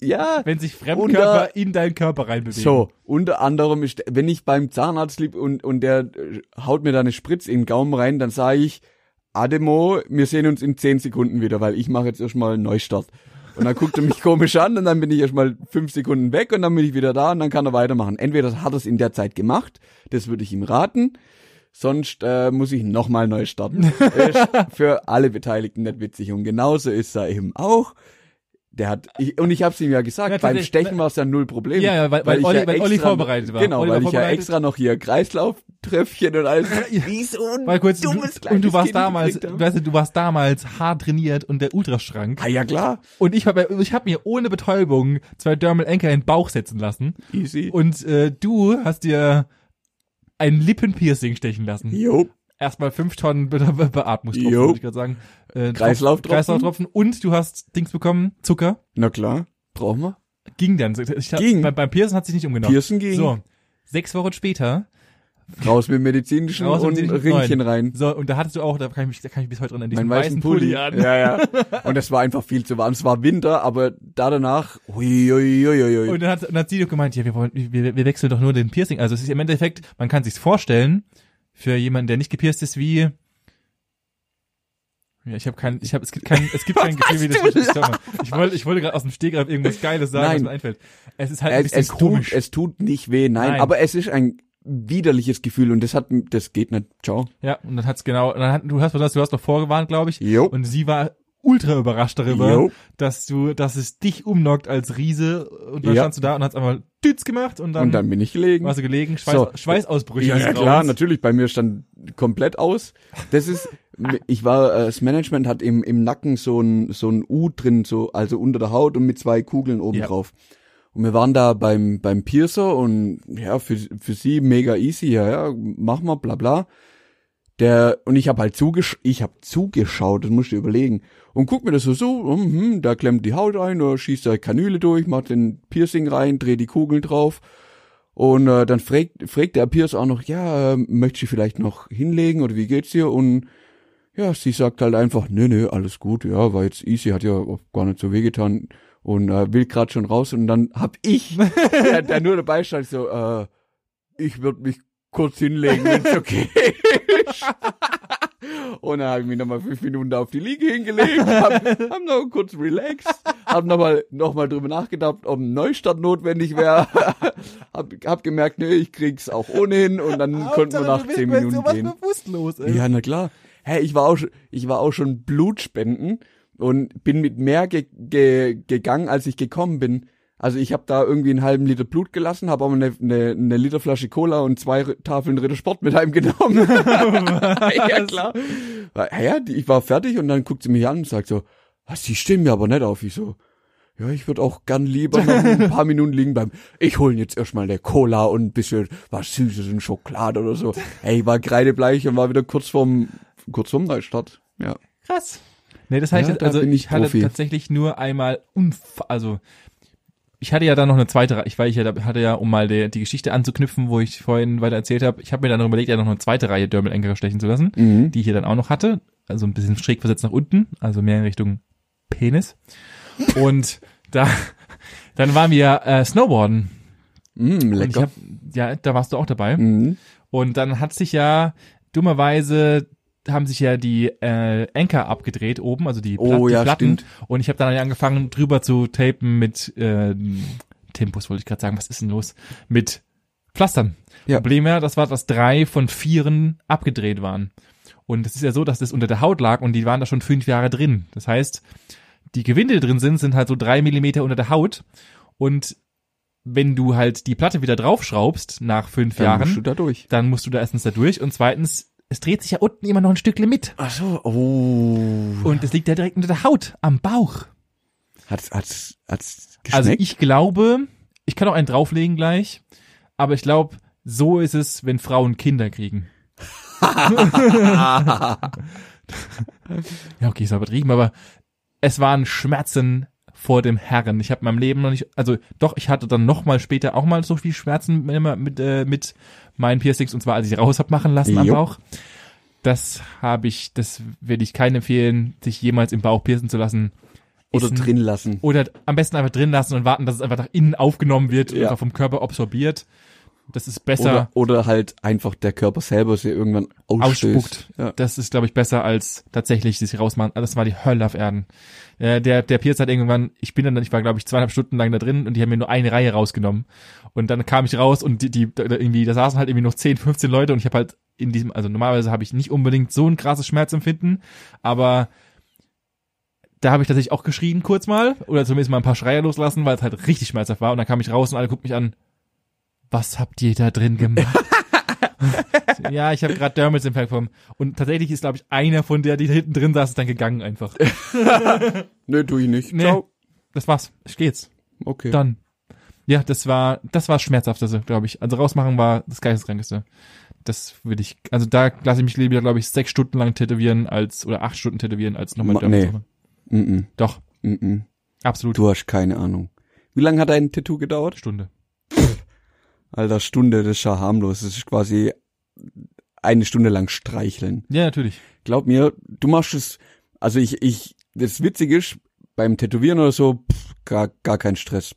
Speaker 1: ja,
Speaker 3: wenn sich
Speaker 1: Und
Speaker 3: Fremdkörper in deinen Körper reinbewegen.
Speaker 1: so, unter anderem ist, wenn ich beim Zahnarzt lieb und, und der äh, haut mir da eine Spritz in den Gaumen rein, dann sage ich, Ademo, wir sehen uns in 10 Sekunden wieder, weil ich mache jetzt erstmal einen Neustart. Und dann guckt er mich *laughs* komisch an und dann bin ich erstmal fünf Sekunden weg und dann bin ich wieder da und dann kann er weitermachen. Entweder hat er es in der Zeit gemacht, das würde ich ihm raten, sonst äh, muss ich nochmal neu starten.
Speaker 3: *laughs*
Speaker 1: ist für alle Beteiligten nicht witzig. Und genauso ist er eben auch. Der hat, ich, und ich habe es ihm ja gesagt,
Speaker 3: Ja,
Speaker 1: beim
Speaker 3: tatsächlich, ne
Speaker 1: Stechen war es ja null Problem.
Speaker 3: Ja, ja, weil- weil Olli- weil Olli vorbereitet war.
Speaker 1: Genau,
Speaker 3: Olli war
Speaker 1: weil ich ja
Speaker 3: vorbereitet.
Speaker 1: extra noch hier Kreislauftreffchen und
Speaker 3: *laughs*
Speaker 1: alles. Wie so ein
Speaker 3: Weil kurz, du,
Speaker 1: dummes
Speaker 3: und du
Speaker 1: kleines
Speaker 3: warst
Speaker 1: Kind
Speaker 3: damals,
Speaker 1: gekriegt habe.
Speaker 3: weißt du, du warst damals hart trainiert und der Ultraschrank.
Speaker 1: Ah, ja klar,
Speaker 3: Und ich habe ich hab mir ohne Betäubung zwei Dermal Anker in den Bauch setzen lassen.
Speaker 1: easy.
Speaker 3: Und äh, du hast dir ein Lippenpiercing stechen lassen.
Speaker 1: Jo.
Speaker 3: Erstmal fünf Tonnen Be Be Beatmungstropfen,
Speaker 1: Jo.
Speaker 3: würde ich gerade sagen. Äh, Tropfen-
Speaker 1: Kreislauftropfen.
Speaker 3: Kreislauftropfen. Und du hast Dings bekommen, Zucker.
Speaker 1: Na klar. Brauchen wir?
Speaker 3: Ging dann. Ich, hab-
Speaker 1: Ging.
Speaker 3: Bei, beim Pearson hat sich nicht umgenommen.
Speaker 1: Piercen ging.
Speaker 3: So, sechs Wochen später.
Speaker 1: Raus mit medizinischen
Speaker 3: Raus mit
Speaker 1: und
Speaker 3: den
Speaker 1: Ringchen rein.
Speaker 3: So, und da hattest du auch, da kann ich mich, da kann ich mich bis heute dran erinnern,
Speaker 1: Mein
Speaker 3: diesen
Speaker 1: weißen Pulli.
Speaker 3: an.
Speaker 1: Ja,
Speaker 3: *laughs*
Speaker 1: ja. Und das war einfach viel zu warm. Es war Winter, aber da danach, hui, hui, hui, hui.
Speaker 3: Und dann hat, dann hat sie doch gemeint, ja, wir, wollen, wir, wir wechseln doch nur den Piercing. Also es ist im Endeffekt, man kann sich's vorstellen, für jemanden, der nicht gepierst ist, wie ja, ich habe kein, ich habe, es gibt kein, es gibt kein Gefühl, wie das
Speaker 1: hast du
Speaker 3: ich, ich wollte, ich wollte gerade aus dem Stegreif irgendwas Geiles sagen, was
Speaker 1: Nein.
Speaker 3: mir einfällt. Es ist halt ein
Speaker 1: es,
Speaker 3: bisschen
Speaker 1: es,
Speaker 3: komisch.
Speaker 1: tut, es tut nicht weh, nein,
Speaker 3: Nein.
Speaker 1: aber es ist ein widerliches Gefühl und das hat, das geht nicht. Ciao.
Speaker 3: ja, und dann hat's genau, und dann hat, du hast, du hast noch vorgewarnt, glaube ich,
Speaker 1: Jo.
Speaker 3: und sie war ultra überrascht darüber,
Speaker 1: Jo.
Speaker 3: dass du, dass es dich umnockt als Riese und dann
Speaker 1: Ja.
Speaker 3: standst du da und hast einmal Tütz gemacht und dann,
Speaker 1: und dann bin ich gelegen.
Speaker 3: warst du gelegen, Schweiß,
Speaker 1: So.
Speaker 3: Schweißausbrüche.
Speaker 1: Ja,
Speaker 3: des
Speaker 1: ja
Speaker 3: Grauens.
Speaker 1: klar, natürlich. Bei mir stand komplett aus. Das ist, *laughs* ich war, äh, das Management hat im, im Nacken so ein, so ein U drin, so, also unter der Haut und mit zwei Kugeln oben
Speaker 3: Ja.
Speaker 1: drauf. Und wir waren da beim, beim Piercer und ja, für, für sie mega easy, ja, ja, mach mal, bla bla. Der, und ich habe halt zugesch ich hab zugeschaut, das musst du dir überlegen. Und guck mir das so, so, mhm, da klemmt die Haut ein, da schießt da Kanüle durch, macht den Piercing rein, dreht die Kugeln drauf. Und äh, dann fragt, fragt der Piers auch noch, ja, äh, möchte sie vielleicht noch hinlegen oder wie geht's dir? Und ja, sie sagt halt einfach, nö, nö, alles gut, ja, war jetzt easy, hat ja auch gar nicht so wehgetan und äh, will grad schon raus. Und dann hab ich, der, der nur dabei stand, so, äh, ich würde mich kurz hinlegen, wenn's okay ist. Und dann habe ich mich nochmal fünf Minuten da auf die Liege hingelegt, hab, hab noch kurz relaxed, hab nochmal noch mal drüber nachgedacht, ob ein Neustart notwendig wäre. hab, hab gemerkt, nee, ich krieg's auch ohnehin und dann konnten wir nach zehn Minuten gehen.
Speaker 3: bewusstlos,
Speaker 1: Ja, na klar. Hä, ich war auch schon, ich war auch schon Blutspenden und bin mit mehr ge ge gegangen, als ich gekommen bin. Also ich habe da irgendwie einen halben Liter Blut gelassen, habe aber eine, eine, eine Literflasche Cola und zwei R- Tafeln Ritter Sport mit *laughs* heimgenommen. ja klar. Weil, Ja, die- ich war fertig und dann guckt sie mich an und sagt so, "Ah, sie stehen mir aber nicht auf. Ich so, ja, ich würde auch gern lieber noch
Speaker 3: *laughs*
Speaker 1: ein paar Minuten liegen bleiben. Ich hole jetzt erstmal eine Cola und ein bisschen was Süßes und Schokolade oder so. Ey, ich war kreidebleich und war wieder kurz vorm, kurz vorm Neustart. Ja.
Speaker 3: Krass. Nee, das heißt,
Speaker 1: Ja, da
Speaker 3: also
Speaker 1: bin
Speaker 3: ich,
Speaker 1: ich
Speaker 3: hatte
Speaker 1: Profi.
Speaker 3: tatsächlich nur einmal unf also ich hatte ja dann noch eine zweite, Re- ich war ich ja, da- hatte ja, um mal die, die Geschichte anzuknüpfen, wo ich vorhin weiter erzählt habe, ich habe mir dann noch überlegt, ja noch eine zweite Reihe Dermal Anchor stechen zu lassen,
Speaker 1: Mhm.
Speaker 3: die ich hier dann auch noch hatte, also ein bisschen schräg versetzt nach unten, also mehr in Richtung Penis. Und *laughs* da dann waren wir äh, Snowboarden.
Speaker 1: Mm,
Speaker 3: Und ich
Speaker 1: lecker.
Speaker 3: hab, ja, da warst du auch dabei.
Speaker 1: Mhm.
Speaker 3: Und dann hat sich ja dummerweise haben sich ja die äh, Anker abgedreht oben, also die, Plat
Speaker 1: Oh,
Speaker 3: die
Speaker 1: ja,
Speaker 3: Platten.
Speaker 1: stimmt.
Speaker 3: Und ich habe dann angefangen drüber zu tapen mit äh, Tempus, wollte ich gerade sagen, was ist denn los? Mit Pflastern.
Speaker 1: Ja.
Speaker 3: Problem ja, das war, dass drei von vieren abgedreht waren. Und es ist ja so, dass das unter der Haut lag und die waren da schon fünf Jahre drin. Das heißt, die Gewinde, die drin sind, sind halt so drei Millimeter unter der Haut. Und wenn du halt die Platte wieder draufschraubst nach fünf
Speaker 1: Dann
Speaker 3: Jahren,
Speaker 1: musst du da durch.
Speaker 3: dann musst du da erstens da durch und zweitens, es dreht sich ja unten immer noch ein Stückchen mit.
Speaker 1: Ach so, oh.
Speaker 3: Und es liegt ja direkt unter der Haut, am Bauch.
Speaker 1: Hat's, hat's, hat's geschmeckt?
Speaker 3: Also ich glaube, ich kann auch einen drauflegen gleich, aber ich glaube, so ist es, wenn Frauen
Speaker 1: *laughs*
Speaker 3: Kinder kriegen. ja, okay, ist übertrieben, aber es waren Schmerzen vor dem Herren. Ich habe meinem Leben noch nicht, also doch, ich hatte dann noch mal später auch mal so viel Schmerzen mit, mit, äh, mit meinen Piercings und zwar, als ich raus hab machen lassen am
Speaker 1: Jo.
Speaker 3: Bauch. Das habe ich, das will ich keinen empfehlen, sich jemals im Bauch piercen zu lassen.
Speaker 1: Oder
Speaker 3: Ist ein-
Speaker 1: drin lassen.
Speaker 3: oder am besten einfach drin lassen und warten, dass es einfach nach innen aufgenommen wird und
Speaker 1: Ja.
Speaker 3: einfach vom Körper absorbiert. Das ist besser
Speaker 1: Oder, oder halt einfach der Körper selber sie irgendwann ausstößt.
Speaker 3: ausspuckt.
Speaker 1: Ja.
Speaker 3: Das ist, glaube ich, besser als tatsächlich sich rausmachen. ah, Das war die Hölle auf Erden. Äh, der, der Pierce hat irgendwann, ich bin dann, ich war, glaube ich, zweieinhalb Stunden lang da drin und die haben mir nur eine Reihe rausgenommen. Und dann kam ich raus und die, die da, da irgendwie, da saßen halt irgendwie noch 10, 15 Leute und ich habe halt in diesem, also normalerweise habe ich nicht unbedingt so ein krasses Schmerzempfinden, aber da habe ich tatsächlich auch geschrien kurz mal oder zumindest mal ein paar Schreier loslassen, weil es halt richtig schmerzhaft war und dann kam ich raus und alle gucken mich an, was habt ihr da drin gemacht? *laughs* ja, ich habe gerade Dermals im Plattform und tatsächlich ist glaube ich einer von der, die da hinten drin saß, ist dann gegangen einfach.
Speaker 1: Nö, tu ich nicht.
Speaker 3: Nee.
Speaker 1: Ciao.
Speaker 3: Das war's. Ich geh jetzt.
Speaker 1: Okay.
Speaker 3: Dann. Ja, das war das war schmerzhafteste, glaube ich. Also rausmachen war das geisteskrankeste. das will ich, also da lasse ich mich lieber, glaube ich, sechs Stunden lang tätowieren als, oder acht Stunden tätowieren als nochmal
Speaker 1: Ma-
Speaker 3: damit
Speaker 1: nee.
Speaker 3: zu machen.
Speaker 1: Mhm.
Speaker 3: Doch,
Speaker 1: Mhm.
Speaker 3: absolut.
Speaker 1: Du hast keine Ahnung. Wie lange hat dein Tattoo gedauert?
Speaker 3: Stunde.
Speaker 1: Alter, Stunde, das ist ja harmlos. Das ist quasi eine Stunde lang streicheln.
Speaker 3: Ja, natürlich.
Speaker 1: glaub mir, du machst es, also ich, ich, das Witzige ist, beim Tätowieren oder so, pff, gar, gar kein Stress.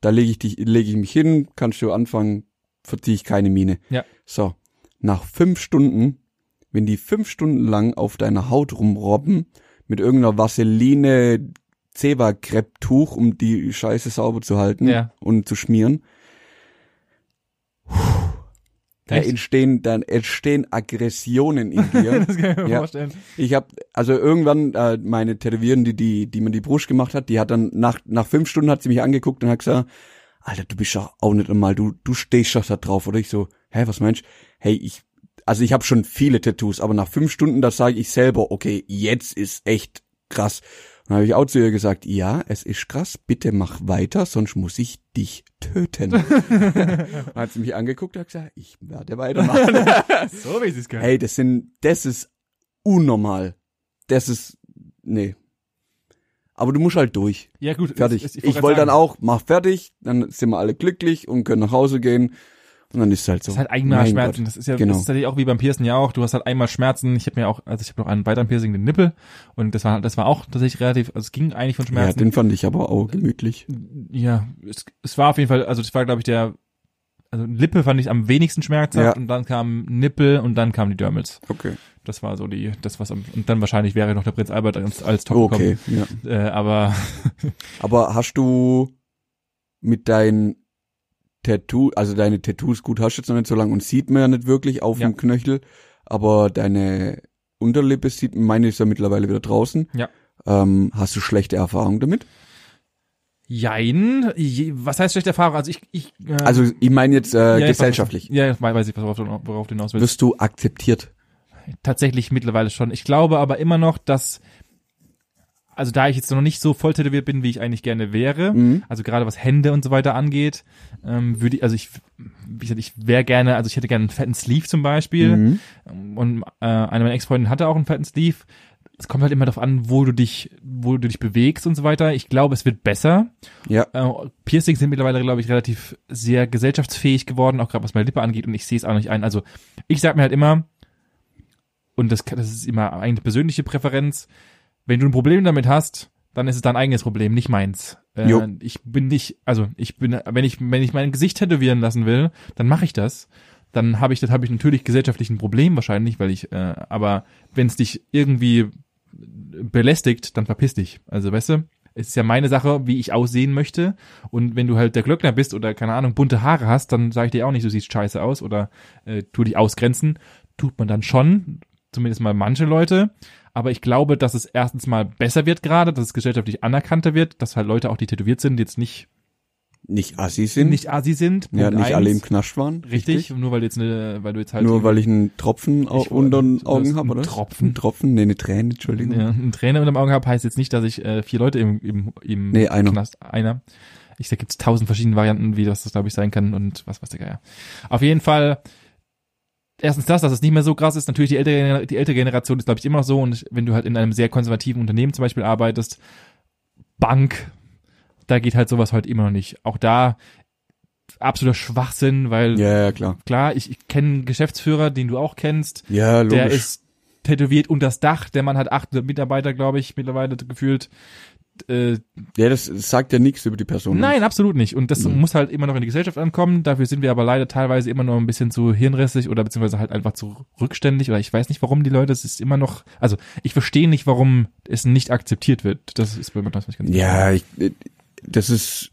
Speaker 1: Da lege ich dich, lege ich mich hin, kannst du anfangen, verziehe ich keine Miene.
Speaker 3: Ja.
Speaker 1: So. Nach fünf Stunden, wenn die fünf Stunden lang auf deiner Haut rumrobben, mit irgendeiner Vaseline, Zewa-Krepptuch, um die Scheiße sauber zu halten
Speaker 3: Ja.
Speaker 1: und zu schmieren, da
Speaker 3: Echt?
Speaker 1: entstehen, dann entstehen Aggressionen in
Speaker 3: *laughs*
Speaker 1: dir.
Speaker 3: Das kann ich mir
Speaker 1: Ja.
Speaker 3: vorstellen.
Speaker 1: Ich habe also irgendwann äh, meine Tätowiererin, die, die die mir die Brust gemacht hat, die hat dann nach nach fünf Stunden hat sie mich angeguckt und hat gesagt, Alter, du bist doch auch nicht einmal, du du stehst doch da drauf oder ich so, hä, was meinst? Hey, ich also ich habe schon viele Tattoos, aber nach fünf Stunden da sage ich selber, okay, jetzt ist echt krass. Und dann habe ich auch zu ihr gesagt, ja, es ist krass, bitte mach weiter, sonst muss ich dich töten. dann hat sie mich angeguckt und hat gesagt, ich werde weitermachen.
Speaker 3: So wie sie es gehört.
Speaker 1: Hey, das sind, das ist unnormal. Das ist, nee. Aber du musst halt durch.
Speaker 3: Ja, gut.
Speaker 1: Fertig.
Speaker 3: das- das-
Speaker 1: ich
Speaker 3: grad
Speaker 1: wollte dann
Speaker 3: sagen,
Speaker 1: auch, mach fertig, dann sind wir alle glücklich und können nach Hause gehen. Und dann ist es halt so.
Speaker 3: Das ist halt einmal
Speaker 1: Mein
Speaker 3: Schmerzen.
Speaker 1: Gott.
Speaker 3: Das ist ja
Speaker 1: Genau.
Speaker 3: das ist tatsächlich auch wie beim Piercen ja auch. Du hast halt einmal Schmerzen. Ich habe mir auch, also ich habe noch einen weiteren Piercing, den Nippel. Und das war, das war auch tatsächlich relativ, also es ging eigentlich von
Speaker 1: Ja,
Speaker 3: Schmerzen.
Speaker 1: den fand ich aber auch gemütlich.
Speaker 3: ja, es, es war auf jeden Fall, also das war, glaube ich, der, also Lippe fand ich am wenigsten
Speaker 1: Ja.
Speaker 3: schmerzhaft und dann kam Nippel und dann kamen die Dermals.
Speaker 1: Okay.
Speaker 3: Das war so die, das was am, und dann wahrscheinlich wäre noch der Prinz Albert als, als Top
Speaker 1: Okay, ja.
Speaker 3: gekommen. Äh, aber
Speaker 1: Aber hast du mit deinen Tattoo, also deine Tattoos, gut, hast du jetzt noch nicht so lange und sieht man ja nicht wirklich auf
Speaker 3: Ja.
Speaker 1: dem Knöchel, aber deine Unterlippe sieht, meine ist ja mittlerweile wieder draußen.
Speaker 3: Ja.
Speaker 1: Ähm, hast du schlechte Erfahrungen damit?
Speaker 3: jein, je, was heißt schlechte Erfahrung? Also ich, ich äh,
Speaker 1: Also ich meine jetzt äh,
Speaker 3: ja, ich-
Speaker 1: gesellschaftlich.
Speaker 3: Ja, ich weiß ich, worauf du, worauf du hinaus willst.
Speaker 1: Wirst du akzeptiert?
Speaker 3: tatsächlich mittlerweile schon. Ich glaube aber immer noch, dass, also da ich jetzt noch nicht so voll tätowiert bin, wie ich eigentlich gerne wäre,
Speaker 1: Mhm.
Speaker 3: also gerade was Hände und so weiter angeht, ähm, würde ich, also ich, wie gesagt, ich wäre gerne, also ich hätte gerne einen fetten Sleeve zum Beispiel
Speaker 1: Mhm.
Speaker 3: und äh, eine meiner Ex-Freundinnen hatte auch einen fetten Sleeve. Es kommt halt immer darauf an, wo du dich, wo du dich bewegst und so weiter. Ich glaube, es wird besser.
Speaker 1: Ja.
Speaker 3: Äh, Piercings sind mittlerweile, glaube ich, relativ sehr gesellschaftsfähig geworden, auch gerade was meine Lippe angeht und ich sehe es auch nicht ein. Also ich sag mir halt immer, und das, kann- das ist immer eine persönliche Präferenz, wenn du ein Problem damit hast, dann ist es dein eigenes Problem, nicht meins. Äh,
Speaker 1: Jo.
Speaker 3: ich bin nicht, also ich bin, wenn ich, wenn ich mein Gesicht tätowieren lassen will, dann mache ich das. Dann habe ich, das habe ich natürlich gesellschaftlich ein Problem wahrscheinlich, weil ich, äh, aber wenn es dich irgendwie belästigt, dann verpiss dich. Also weißt du, es ist ja meine Sache, wie ich aussehen möchte. Und wenn du halt der Glöckner bist oder keine Ahnung, bunte Haare hast, dann sage ich dir auch nicht, du siehst scheiße aus oder äh, tu dich ausgrenzen. Tut man dann schon, zumindest mal manche Leute. Aber ich glaube, dass es erstens mal besser wird gerade, dass es gesellschaftlich anerkannter wird, dass halt Leute auch, die tätowiert sind, jetzt nicht,
Speaker 1: Nicht assi sind.
Speaker 3: nicht Asi sind.
Speaker 1: ja,
Speaker 3: Punkt
Speaker 1: nicht
Speaker 3: eins.
Speaker 1: alle im Knast waren.
Speaker 3: Richtig, nur weil du jetzt eine, weil du jetzt halt
Speaker 1: Nur weil ich einen Tropfen au-
Speaker 3: Ich wollte-
Speaker 1: unter den
Speaker 3: das-
Speaker 1: Augen habe,
Speaker 3: ein
Speaker 1: oder?
Speaker 3: Tropfen?
Speaker 1: Ein Tropfen? Nee, eine Träne, Entschuldigung.
Speaker 3: ja, einen Trainer unter dem Auge habe, heißt jetzt nicht, dass ich äh, vier Leute im, im, im
Speaker 1: Nee, einer.
Speaker 3: Knast, einer. Ich sag, gibt's tausend verschiedene Varianten, wie das, das glaube ich, sein kann und was weiß der Geier. Auf jeden Fall, erstens das, dass es nicht mehr so krass ist. Natürlich, die ältere, Gener- die ältere Generation ist, glaube ich, immer so. Und wenn du halt in einem sehr konservativen Unternehmen zum Beispiel arbeitest, Bank, da geht halt sowas heute immer noch nicht. Auch da absoluter Schwachsinn, weil
Speaker 1: Ja, ja, klar.
Speaker 3: klar, ich, ich kenne einen Geschäftsführer, den du auch kennst,
Speaker 1: Ja, logisch.
Speaker 3: der ist tätowiert und das Dach. Der Mann hat acht Mitarbeiter, glaube ich, mittlerweile gefühlt. Äh,
Speaker 1: ja, das sagt ja nichts über die Person. ne?
Speaker 3: nein, absolut nicht. Und das
Speaker 1: Mhm.
Speaker 3: muss halt immer noch in die Gesellschaft ankommen. Dafür sind wir aber leider teilweise immer noch ein bisschen zu hirnrissig oder beziehungsweise halt einfach zu rückständig. Oder ich weiß nicht, warum die Leute, es ist immer noch, also ich verstehe nicht, warum es nicht akzeptiert wird. Das ist bei mir das nicht ganz
Speaker 1: Ja, ich, das ist,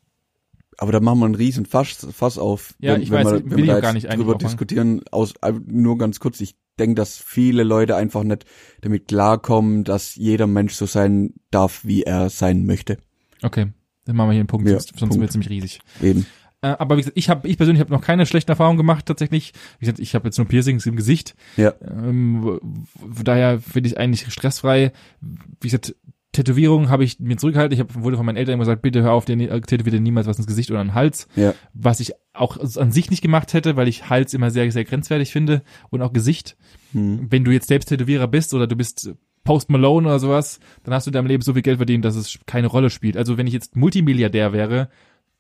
Speaker 1: aber da machen wir einen riesen Fass, Fass auf.
Speaker 3: Ja, ich weiß,
Speaker 1: wir,
Speaker 3: will ich
Speaker 1: wir da
Speaker 3: auch gar
Speaker 1: jetzt
Speaker 3: nicht eigentlich
Speaker 1: drüber
Speaker 3: aufmachen.
Speaker 1: diskutieren, aus, äh, nur ganz kurz, ich denke, dass viele Leute einfach nicht damit klarkommen, dass jeder Mensch so sein darf, wie er sein möchte.
Speaker 3: Okay, dann machen wir hier einen Punkt,
Speaker 1: Ja,
Speaker 3: sonst, sonst
Speaker 1: Punkt.
Speaker 3: wird es nämlich riesig.
Speaker 1: Eben.
Speaker 3: Äh, aber wie gesagt, ich habe ich persönlich habe noch keine schlechten Erfahrungen gemacht tatsächlich. Wie gesagt, ich habe jetzt nur Piercings im Gesicht.
Speaker 1: Ja.
Speaker 3: Ähm, w- w- daher finde ich eigentlich stressfrei. Wie gesagt, Tätowierungen habe ich mir zurückgehalten. Ich hab, wurde von meinen Eltern immer gesagt, bitte hör auf, dir nie- äh, tätowier dir niemals was ins Gesicht oder an den Hals.
Speaker 1: Ja.
Speaker 3: Was ich auch an sich nicht gemacht hätte, weil ich Hals immer sehr, sehr grenzwertig finde und auch Gesicht.
Speaker 1: Hm.
Speaker 3: Wenn du jetzt selbst Tätowierer bist oder du bist Post Malone oder sowas, dann hast du in deinem Leben so viel Geld verdient, dass es keine Rolle spielt. Also wenn ich jetzt Multimilliardär wäre,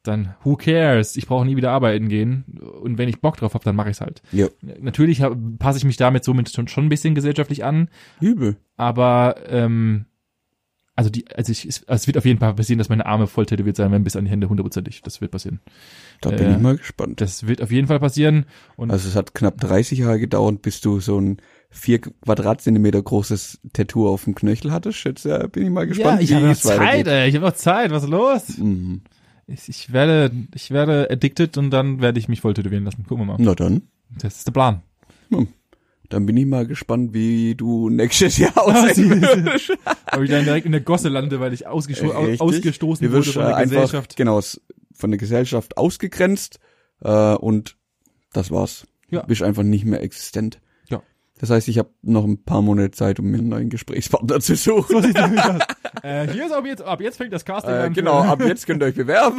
Speaker 3: dann who cares? Ich brauche nie wieder arbeiten gehen. Und wenn ich Bock drauf habe, dann mache ich es halt.
Speaker 1: Ja.
Speaker 3: Natürlich hab- passe ich mich damit somit schon, schon ein bisschen gesellschaftlich an,
Speaker 1: Übel.
Speaker 3: aber ähm, also die, also ich, es, es wird auf jeden Fall passieren, dass meine Arme voll tätowiert sein werden bis an die Hände hundertprozentig. Das wird passieren.
Speaker 1: Da
Speaker 3: Äh,
Speaker 1: bin ich mal gespannt.
Speaker 3: Das wird auf jeden Fall passieren. Und
Speaker 1: Also es hat knapp 30 Jahre gedauert, bis du so ein vier Quadratzentimeter großes Tattoo auf dem Knöchel hattest. Jetzt äh, bin ich mal gespannt,
Speaker 3: ja, ich habe noch
Speaker 1: es
Speaker 3: Zeit, ey, ich habe noch Zeit. Was ist los?
Speaker 1: Mhm.
Speaker 3: Ich, ich werde, ich werde addicted und dann werde ich mich voll tätowieren lassen. Gucken wir mal.
Speaker 1: Na dann.
Speaker 3: Das ist der Plan.
Speaker 1: Dann bin ich mal gespannt, wie du nächstes Jahr
Speaker 3: Ah,
Speaker 1: aussehen wirst.
Speaker 3: Ob ich dann direkt in der Gosse lande, weil ich ausgesto
Speaker 1: Richtig.
Speaker 3: ausgestoßen
Speaker 1: Du
Speaker 3: wurde
Speaker 1: wirst
Speaker 3: von
Speaker 1: äh,
Speaker 3: der
Speaker 1: einfach,
Speaker 3: Gesellschaft.
Speaker 1: Genau, s- von der Gesellschaft ausgegrenzt äh, und das war's.
Speaker 3: Ja.
Speaker 1: Du bist einfach nicht mehr existent.
Speaker 3: Ja.
Speaker 1: Das heißt, ich habe noch ein paar Monate Zeit, um mir einen neuen Gesprächspartner zu suchen.
Speaker 3: So sieht's nämlich aus. Äh, hier ist ab jetzt, ab jetzt fängt das Casting
Speaker 1: Äh,
Speaker 3: an.
Speaker 1: genau, ab jetzt könnt ihr euch
Speaker 3: *laughs*
Speaker 1: bewerben.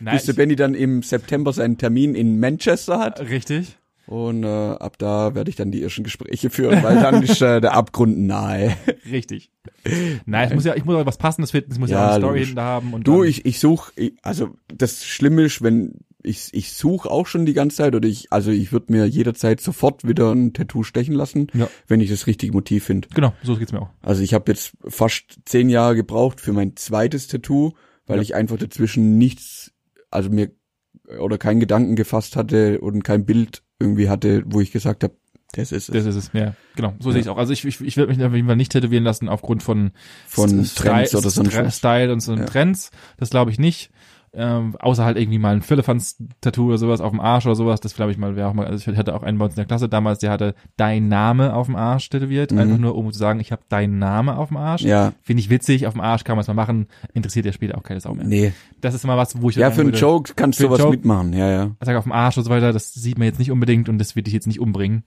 Speaker 3: Nein,
Speaker 1: bis der Benny dann im September seinen Termin in Manchester hat.
Speaker 3: ich, richtig.
Speaker 1: Und äh, ab da werde ich dann die ersten Gespräche führen, weil
Speaker 3: *laughs*
Speaker 1: dann ist äh, der Abgrund nahe. *laughs*
Speaker 3: Richtig. Nein, es muss ja, ich muss auch was passendes finden, es muss ja,
Speaker 1: Ja,
Speaker 3: auch eine Story
Speaker 1: logisch.
Speaker 3: hinten haben und
Speaker 1: Du,
Speaker 3: dann-
Speaker 1: ich, ich suche, also das Schlimme ist, wenn ich, ich suche auch schon die ganze Zeit oder ich, also ich würde mir jederzeit sofort wieder ein Tattoo stechen lassen,
Speaker 3: Ja.
Speaker 1: wenn ich das richtige Motiv finde.
Speaker 3: Genau, so geht's mir auch.
Speaker 1: Also ich habe jetzt fast zehn Jahre gebraucht für mein zweites Tattoo, weil
Speaker 3: Ja.
Speaker 1: ich einfach dazwischen nichts, also mir oder keinen Gedanken gefasst hatte und kein Bild irgendwie hatte, wo ich gesagt habe, das ist es.
Speaker 3: Das ist es, ja. Genau, so sehe ich auch. Also ich, ich, ich werde mich auf jeden Fall nicht tätowieren lassen aufgrund von,
Speaker 1: Von Trends oder sonst
Speaker 3: Stre-
Speaker 1: was.
Speaker 3: Style und so
Speaker 1: Ja.
Speaker 3: Trends. Das glaube ich nicht. Ähm, außer halt irgendwie mal ein Philippans-Tattoo oder sowas auf dem Arsch oder sowas. Das glaube ich mal wäre auch mal. Also ich hatte auch einen bei uns in der Klasse damals, der hatte dein Name auf dem Arsch tätowiert.
Speaker 1: Mhm.
Speaker 3: Einfach nur um zu sagen, ich habe deinen Name auf dem Arsch.
Speaker 1: Ja,
Speaker 3: Finde ich witzig, auf dem Arsch kann man es mal machen. Interessiert ja später auch keine Sau mehr.
Speaker 1: nee.
Speaker 3: Das ist immer was, wo ich
Speaker 1: Ja,
Speaker 3: sagen
Speaker 1: für einen
Speaker 3: würde-
Speaker 1: Joke kannst
Speaker 3: Für
Speaker 1: du
Speaker 3: einen
Speaker 1: was
Speaker 3: Joke-
Speaker 1: mitmachen, ja, ja.
Speaker 3: sag auf dem Arsch und so weiter, das sieht man jetzt nicht unbedingt und das wird dich jetzt nicht umbringen.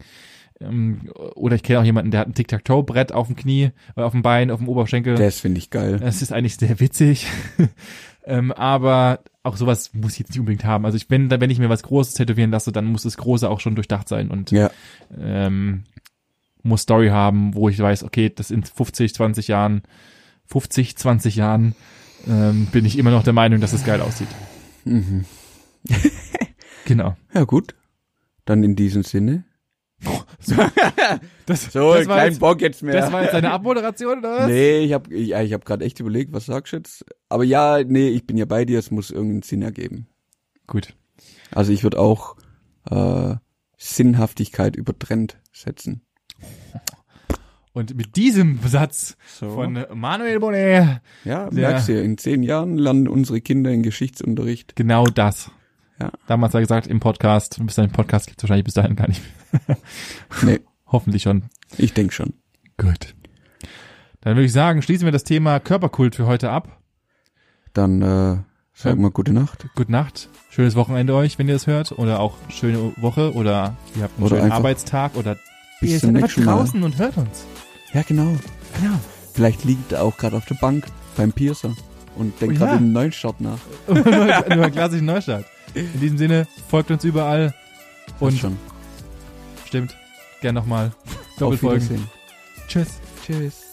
Speaker 3: Ähm, oder ich kenne auch jemanden, der hat ein Tic-Tac-Toe-Brett auf dem Knie, äh, auf dem Bein, auf dem Oberschenkel.
Speaker 1: Das finde ich geil.
Speaker 3: das ist eigentlich sehr witzig. *laughs* ähm, aber auch sowas muss ich jetzt nicht unbedingt haben. Also ich, wenn, wenn ich mir was Großes tätowieren lasse, dann muss das Große auch schon durchdacht sein und
Speaker 1: Ja,
Speaker 3: ähm, muss Story haben, wo ich weiß, okay, das in 50, 20 Jahren, 50, 20 Jahren ähm, bin ich immer noch der Meinung, dass es geil aussieht.
Speaker 1: mhm.
Speaker 3: *laughs* Genau.
Speaker 1: ja gut. Dann in diesem *laughs* Sinne.
Speaker 3: Das,
Speaker 1: So,
Speaker 3: das war
Speaker 1: kein
Speaker 3: jetzt-
Speaker 1: Bock jetzt mehr.
Speaker 3: Das war jetzt deine Abmoderation, oder was?
Speaker 1: Nee, ich habe ich, ja, ich hab gerade echt überlegt, was sagst du jetzt? Aber ja, nee, ich bin ja bei dir, es muss irgendeinen Sinn ergeben.
Speaker 3: Gut.
Speaker 1: Also ich würde auch äh, Sinnhaftigkeit über Trend setzen.
Speaker 3: Und mit diesem Satz
Speaker 1: So.
Speaker 3: von Manuel Bonnet,
Speaker 1: ja,
Speaker 3: Ja.
Speaker 1: merkst du, in zehn Jahren lernen unsere Kinder in Geschichtsunterricht.
Speaker 3: genau das.
Speaker 1: Ja.
Speaker 3: Damals hat er gesagt, im Podcast, bis dahin Podcast gibt es wahrscheinlich bis dahin gar nicht mehr.
Speaker 1: Nee,
Speaker 3: *laughs* Hoffentlich schon.
Speaker 1: ich denk schon.
Speaker 3: Gut. Dann würde ich sagen, schließen wir das Thema Körperkult für heute ab.
Speaker 1: Dann äh, sag mal gute Nacht.
Speaker 3: Gute Nacht. Schönes Wochenende euch, wenn ihr das hört. Oder auch schöne Woche. Oder ihr habt einen
Speaker 1: Oder
Speaker 3: schönen
Speaker 1: einfach
Speaker 3: Arbeitstag. Oder
Speaker 1: bis
Speaker 3: ihr
Speaker 1: zum
Speaker 3: seid einfach
Speaker 1: nächsten Mal.
Speaker 3: draußen und hört uns.
Speaker 1: Ja, genau.
Speaker 3: Genau. *laughs*
Speaker 1: Vielleicht liegt er auch gerade auf der Bank beim Piercer und denkt
Speaker 3: Oh ja.
Speaker 1: gerade einen neuen Start nach.
Speaker 3: Über klassischen Neustart. In diesem Sinne, folgt uns überall. Und
Speaker 1: schon.
Speaker 3: Stimmt. Gern nochmal.
Speaker 1: Auf
Speaker 3: Doppelfolgen.
Speaker 1: Wiedersehen.
Speaker 3: Tschüss.
Speaker 1: Tschüss.